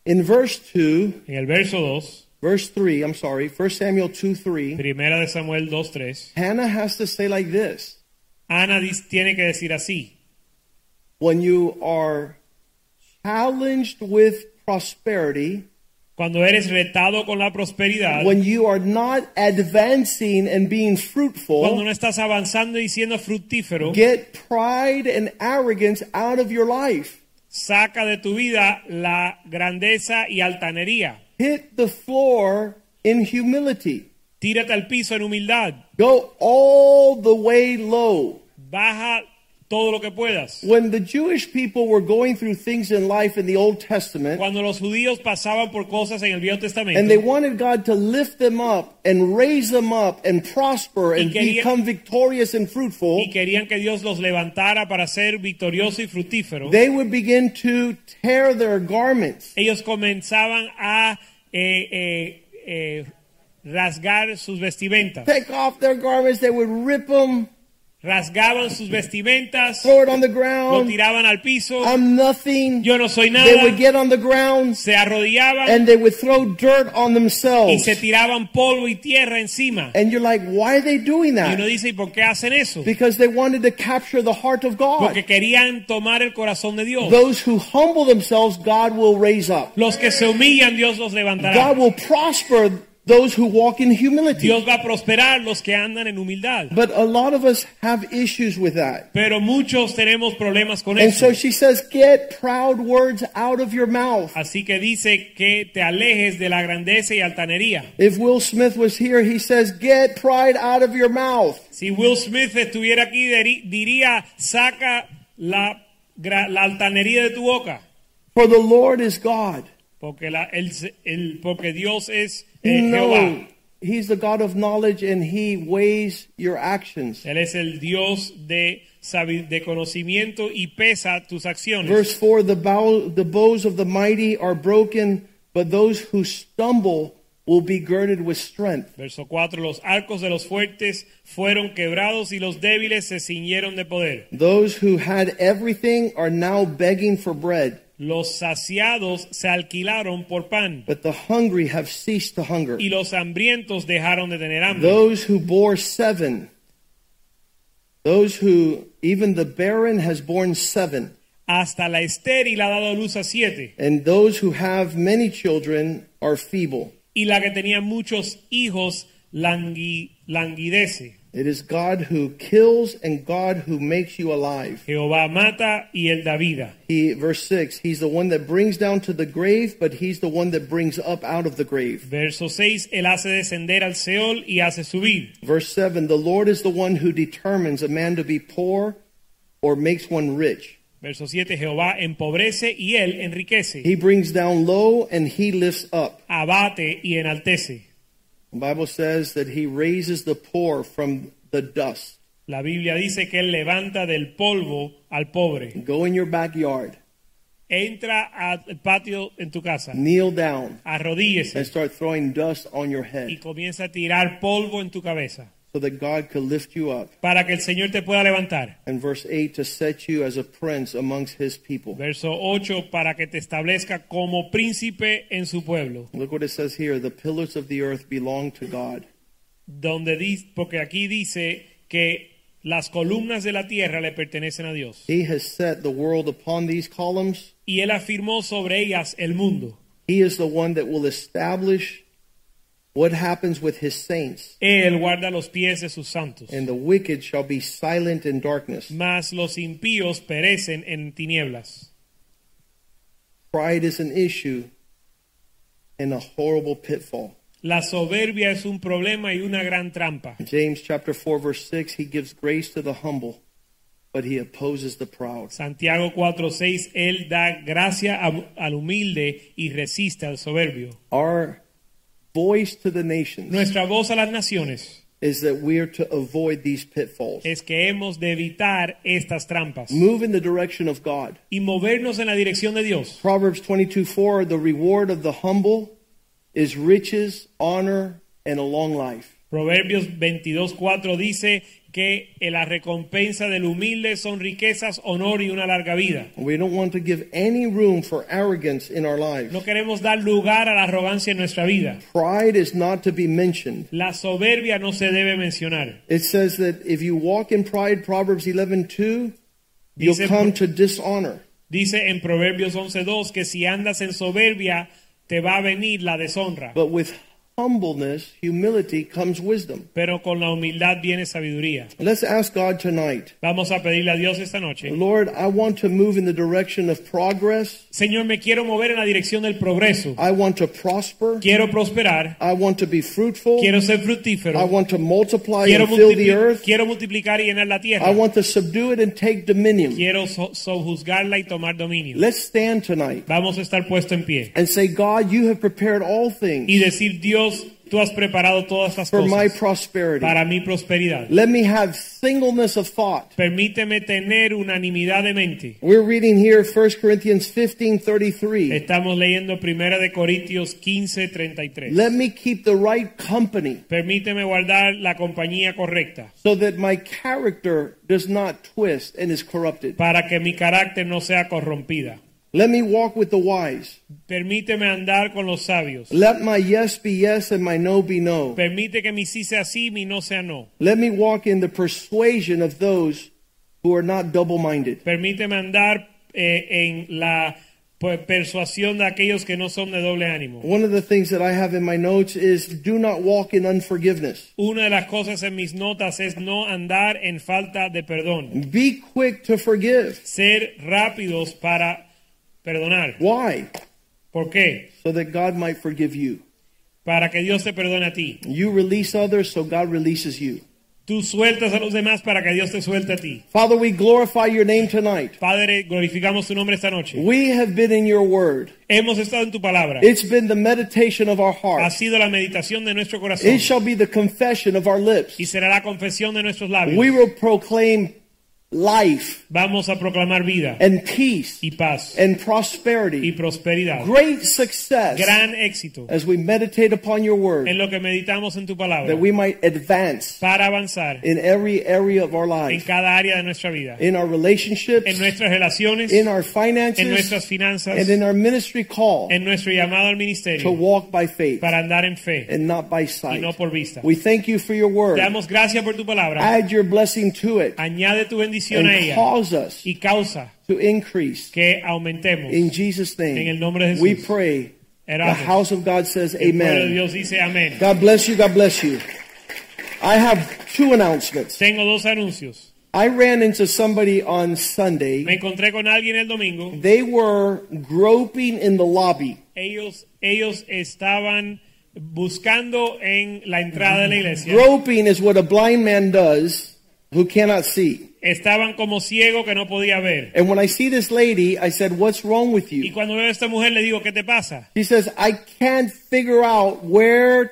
in verse 2, en el verso 2, verse 3, I'm sorry, 1 Samuel 2 3, primera de Samuel 2, 3, Hannah has to say like this Ana dis- tiene que decir así. When you are challenged with prosperity, Cuando eres retado con la prosperidad, when you are not advancing and being cuando fruitful, no estás avanzando y siendo fructífero, get pride and arrogance out of your life. saca de tu vida la grandeza y altanería. Hit the floor in humility. Tírate al piso en humildad. Go all the way low. Baja todo lo que puedas. When the Jewish people were going through things in life in the Old Testament, Cuando los judíos pasaban por cosas en el Viejo and they Testamento wanted God to lift them up and raise them up and prosper and Y quería- become victorious and fruitful, y querían que Dios los levantara para ser victorioso y fructífero, they would begin to tear their garments. ellos comenzaban a eh, eh, eh, rasgar sus vestimentas. Take off their garments, they would rip them, Rasgaban sus vestimentas, throw it on the lo ground. tiraban al piso, I'm nothing. yo no soy They would nada, get on the ground se arrodillaban and they would throw dirt on y themselves. se tiraban polvo y tierra encima. And you're like, why are they doing Y uno that? dice, ¿y por qué hacen eso? Because they wanted to capture the heart of God. Porque querían tomar el corazón de Dios. Those who humble themselves, God will raise up. Los que se humillan, Dios los levantará. God will prosper those who walk in humility. Dios va a prosperar los que andan en humildad. But a lot of us have issues with that. Pero muchos tenemos problemas con And so eso. she says, get proud words out of your mouth. Así que dice que te alejes de la grandeza y altanería. If Will Smith was here, he says, get pride out of your mouth. Si Will Smith estuviera aquí, diri- diría, saca la, gra- la altanería de tu boca. For the Lord is God. Porque, la, el, se- el- porque Dios es eh, No, Jehová. He's the God of knowledge and He weighs your actions. Él es el Dios de, sabi- de conocimiento y pesa tus acciones. Verse 4 the, bow, the bows of the mighty are broken, but those who stumble will be girded with strength. Verso 4. Los arcos de los fuertes fueron quebrados y los débiles se ciñeron de poder. Those who had everything are now begging for bread, Los saciados se alquilaron por pan but the hungry have ceased to hunger. y los hambrientos dejaron de tener hambre. Those who bore seven, those who, even the barren has borne seven, Hasta la estéril ha dado luz a siete and those who have many children are feeble. y la que tenía muchos hijos langui- languidece. It is God who kills and God who makes you alive. Jehová mata y él da vida. He verse 6, he's the one that brings down to the grave, but he's the one that brings up out of the grave. Verso 6. Él hace descender al Seol y hace subir. Verse 7, the Lord is the one who determines a man to be poor or makes one rich. Verso 7. Jehová empobrece y él enriquece. He brings down low and he lifts up. Abate y enaltece. The Bible says that he raises the poor from the dust. La Biblia dice que él levanta del polvo al pobre. Go in your backyard, Entra al patio en tu casa. kneel down and Arrodíllese start throwing dust on your y head comienza a tirar polvo en tu cabeza so that God could lift you up. para que el Señor te pueda levantar. And verse 8 to set you as a prince amongst his people. Verso 8, para que te establezca como príncipe en su pueblo. Look what it says here the pillars of the earth belong to God. Donde di- porque aquí dice que las columnas de la tierra le pertenecen a Dios. He has set the world upon these columns. Y él afirmó sobre ellas el mundo. He is the one that will establish what happens with his saints. Él guarda los pies de sus santos. And the wicked shall be silent in darkness. Mas los impíos perecen en tinieblas. Pride is an issue and a horrible pitfall. La soberbia es un problema y una gran trampa. James chapter 4 verse 6 he gives grace to the humble but he opposes the proud. Santiago 4:6, Él da gracia a- al humilde y resiste al soberbio. Our voice to the nations Nuestra voz a las naciones is that we are to avoid these pitfalls. es que hemos de evitar estas trampas Move in the direction of God. y movernos en la dirección de Dios. Proverbs 22 4 The reward of the humble is riches, honor, and a long life. Proverbios 22:4 dice que la recompensa del humilde son riquezas, honor y una larga vida. We don't want to give any room for arrogance in our lives. No queremos dar lugar a la arrogancia en nuestra vida. Pride is not to be mentioned. La soberbia no se debe mencionar. It says that if you walk in pride, Proverbs eleven 2, you'll Dice- come to dishonor. Dice en Proverbios 11:2 que si andas en soberbia te va a venir la deshonra. But with humbleness, humility comes wisdom. pero con la humildad viene sabiduría. Let's ask God tonight. Vamos a pedirle a Dios esta noche. Lord, I want to move in the direction of progress. Señor, me quiero mover en la dirección del progreso. I want to prosper. Quiero prosperar. I want to be fruitful. Quiero ser I fructífero. want to multiply Quiero, and fill the multipli- earth. quiero multiplicar y llenar la tierra. I want to subdue it and take dominion. Quiero so- sojuzgarla y tomar dominio. Let's stand tonight Vamos a estar puesto en pie and say, God, you have prepared all y things decir, Dios, tú has preparado todas estas for my cosas prosperity. para mi prosperidad. Let me have singleness of thought. Permíteme tener unanimidad de mente. We're reading here 1 Corinthians 15 33. Estamos leyendo Primera de Corintios 15, 33. Let me keep the right company Permíteme guardar la compañía correcta. so that my character does not twist and is corrupted. para que mi carácter no sea corrompida. Let me walk with the wise. Permíteme andar con los sabios. Let my yes be yes and my no be no. Permite que mi sí sea sí, mi no sea no. Let me walk in the persuasion of those who are not double minded. Permíteme andar eh, en la per- persuasión de aquellos que no son de doble ánimo. One of the things that I have in my notes is do not walk in unforgiveness. Una de las cosas en mis notas es no andar en falta de perdón. Be quick to forgive. Ser rápidos para perdonar. Why? ¿Por qué? So that God might forgive you. Para que Dios te perdone a ti. You release others, so God releases you. Tú sueltas a los demás para que Dios te suelte a ti. Father, we glorify your name tonight. Padre, glorificamos tu nombre esta noche. We have been in your word. Hemos estado en tu palabra. It's been the meditation of our Ha heart. sido la meditación de nuestro corazón It shall be the confession of our lips. y será la confesión de nuestros labios. We will proclaim life Vamos a proclamar vida and peace y paz and y prosperity, prosperidad. great success Gran éxito as we meditate upon your word, en lo que meditamos en tu palabra that we might advance para avanzar in every area of our en life, cada área de nuestra vida, in our en relationships, nuestras relaciones, in our en finances, nuestras finanzas, and in our ministry call en nuestro llamado al to ministerio walk by faith para andar en fe and not by y no sight. por vista. We thank you for your Te word. damos gracias por tu palabra. Add your blessing to it Añade tu bendición a and ella cause us y causa to increase. que aumentemos. In Jesus' En el name, nombre de Jesús. we pray. The Eramos. house of God says El pueblo de amen. Dios dice amén. God bless you. God bless you. I have two announcements. Tengo dos anuncios. I ran into somebody on Me Sunday. encontré con alguien el domingo. They were groping in the lobby, Ellos, ellos estaban buscando en la entrada de la iglesia. Groping is what a blind man does who cannot see. Estaban como ciego que no podía ver. And when I see this lady, I said, What's wrong with Y you? cuando veo a esta mujer le digo, ¿qué te pasa? She says, I can't figure out where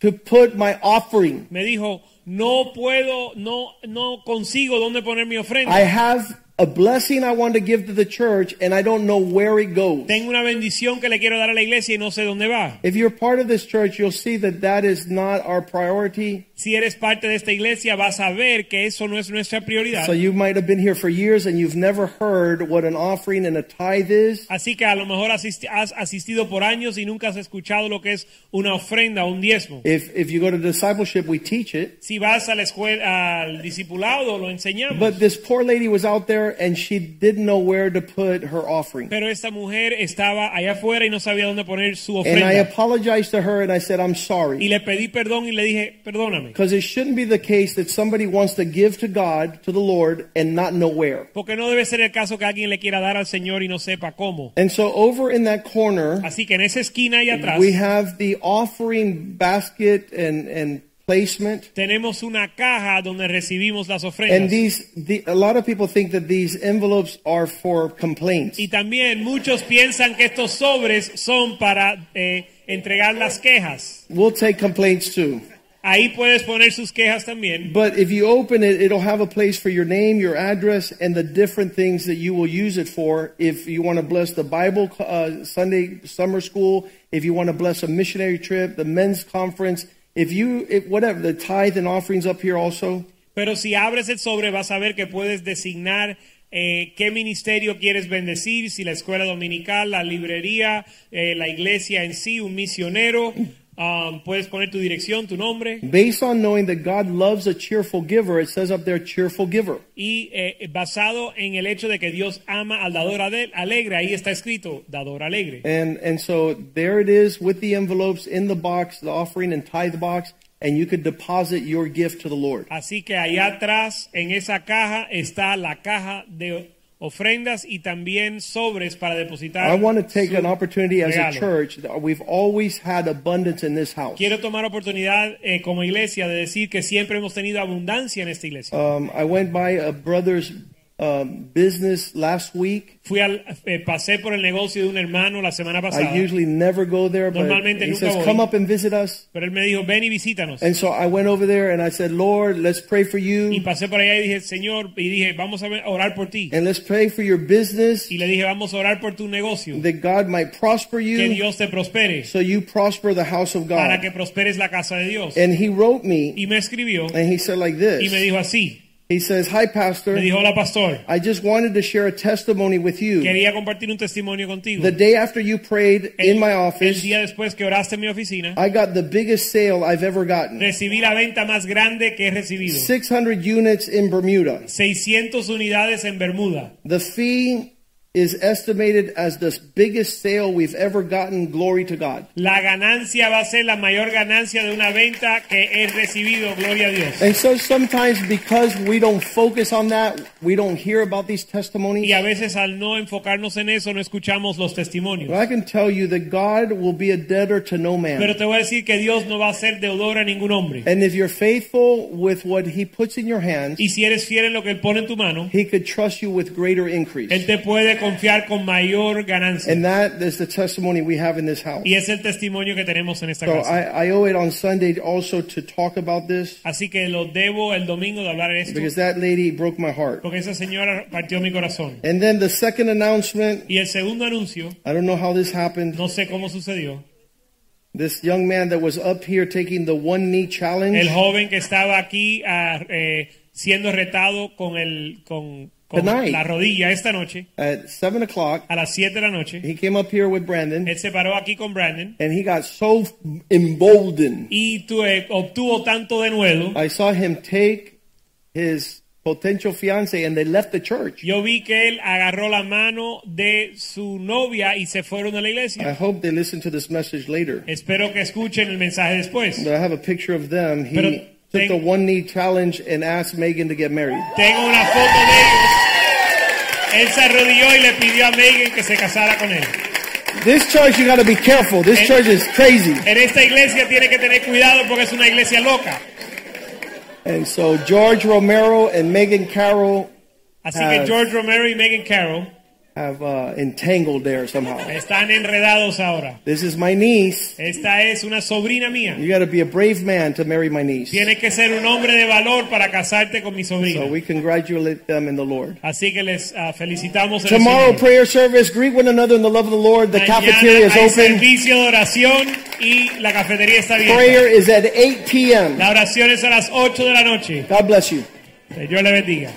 to put my offering. Me dijo, no puedo, no, no consigo dónde poner mi ofrenda. I have a blessing I want to give to the church, and I don't know where it goes. Tengo una bendición que le quiero dar a la iglesia y no sé dónde va. If you're part of this church, you'll see that that is not our priority. Si eres parte de esta iglesia vas a ver que eso no es nuestra prioridad. So you might have been here for years and you've never heard what an offering and a tithe is. Así que a lo mejor asisti- has asistido por años y nunca has escuchado lo que es una ofrenda, un diezmo. If if you go to discipleship, we teach it. Si vas a la escuela, al discipulado, lo enseñamos. But this poor lady was out there and she didn't know where to put her offering. Pero esta mujer estaba allá afuera y no sabía dónde poner su And I ofrenda. apologized to her and I said, I'm Y sorry. le pedí perdón y le dije, perdóname. Because it shouldn't be the case that somebody wants to give to God, to the Lord, and not know where. Porque no debe ser el caso que alguien le quiera dar al Señor y no sepa cómo. And so over in that corner, Así que en esa esquina allá atrás we have the offering basket and, and placement. tenemos una caja donde recibimos las And ofrendas. these, the, a lot of people think that these envelopes are for complaints. Y también muchos piensan que estos sobres son para eh, entregar las quejas. We'll take complaints too. Ahí puedes poner sus quejas también. But if you open it, it'll have a place for your name, your address, and the different things that you will use it for. If you want to bless the Bible uh, Sunday summer school, if you want to bless a missionary trip, the men's conference, if you, if, whatever, the tithe and offerings up here also. Pero si abres el sobre vas a ver que puedes designar eh, qué ministerio quieres bendecir, si la escuela dominical, la librería, eh, la iglesia en sí, un misionero. um, puedes poner tu dirección, tu nombre. Based on knowing that God loves a cheerful giver, it says up there, cheerful giver. Y eh, basado en el hecho de que Dios ama al dador ade- alegre, ahí está escrito, dador alegre. And and so there it is with the envelopes in the box, the offering and tithe box, and you could deposit your gift to the Lord. Así que allá atrás, en esa caja, está la caja de ofrendas y también sobres para depositar. I want to take su an opportunity as a regalo. church. that We've always had abundance in this house. Quiero tomar oportunidad eh, como iglesia de decir que siempre hemos tenido abundancia en esta iglesia. Um, I went by a brother's um, business last week. Fui al, eh, pasé por el negocio de un hermano la semana pasada, I usually never go there, but Normalmente he nunca says, voy. "Come up and visit us." pero él me dijo, ven y visítanos. And so I went over there and I said, "Lord, let's pray for Y you, pasé por allá y dije, Señor, y dije, vamos a ver- a orar por ti. and let's pray for your business Y le dije, vamos a orar por tu negocio, that God might prosper que you, Dios te prospere, so you prosper the house of para God." que prosperes la casa de Dios. And he wrote me Y me escribió and he said like y me this. dijo así, He says, "Hi me pastor, dijo, hola pastor, I just wanted to share a testimony with you. quería compartir un testimonio contigo. The day after you prayed in my el office, día después que oraste en mi oficina, I got the biggest sale I've ever gotten. recibí la venta más grande que he recibido. 600 units in Bermuda. 600 unidades en Bermuda. The fee is estimated as the biggest sale we've ever gotten. Glory to God. La ganancia va a ser la mayor ganancia de una venta que he recibido, gloria a Dios. And so sometimes because we don't focus on that, we don't hear about these testimonies. Y a veces al no enfocarnos en eso no escuchamos los But testimonios. I can tell you that God will be a debtor to no man. Pero te voy a decir que Dios no va a ser deudor a ningún hombre. and if you're faithful with what he puts in your hands, Y si eres fiel en lo que Él pone en tu mano, he could trust you with greater increase. Él te puede confiar con mayor ganancia. and that is the testimony we have in this house. Y es el testimonio que tenemos en esta So casa. I, I owe it on Sunday also to talk about this Así que lo debo el domingo de hablar de esto, because that lady broke my heart. porque esa señora partió mi corazón. And then the second announcement, Y el segundo anuncio, I don't know how this happened. no sé cómo sucedió, This young man that was up here taking the one knee challenge, el joven que estaba aquí ah, eh, siendo retado con, el, con, con Tonight. la rodilla esta noche, at 7 o'clock, a las 7 de la noche, he came up here with Brandon él se paró aquí con Brandon and he got so emboldened. y tu- eh, obtuvo tanto de nuevo. I saw him take his potential fiance and they left the church. Yo vi que él agarró la mano de su novia y se fueron de la iglesia. I hope they listen to this message later. Espero que escuchen el mensaje después. But I have a picture of them. He Pero took ten- the one knee challenge and asked Megan to get married. Tengo una foto de ellos. Él se arrodilló y le pidió a Megan que se casara con él. This church, you got to be careful. This And- church is crazy. En esta iglesia tiene que tener cuidado porque es una iglesia loca. And so George Romero and Megan Carroll Así Ah. que George Romero y Megan Carroll have uh, entangled there somehow. están enredados ahora. This is my niece. Esta es una sobrina mía. You got to be a brave man to marry my niece. Tienes que ser un hombre de valor para casarte con mi So sobrina. we congratulate them in the Lord. Así que les ah, felicitamos. en el Tomorrow, Señor. prayer service. Greet one another in the love of the Lord. The Mañana cafeteria is hay open. servicio de oración y la cafetería está abierta. Prayer is at 8 p.m. La oración es a las 8 de la noche. God bless you. Que Dios le bendiga.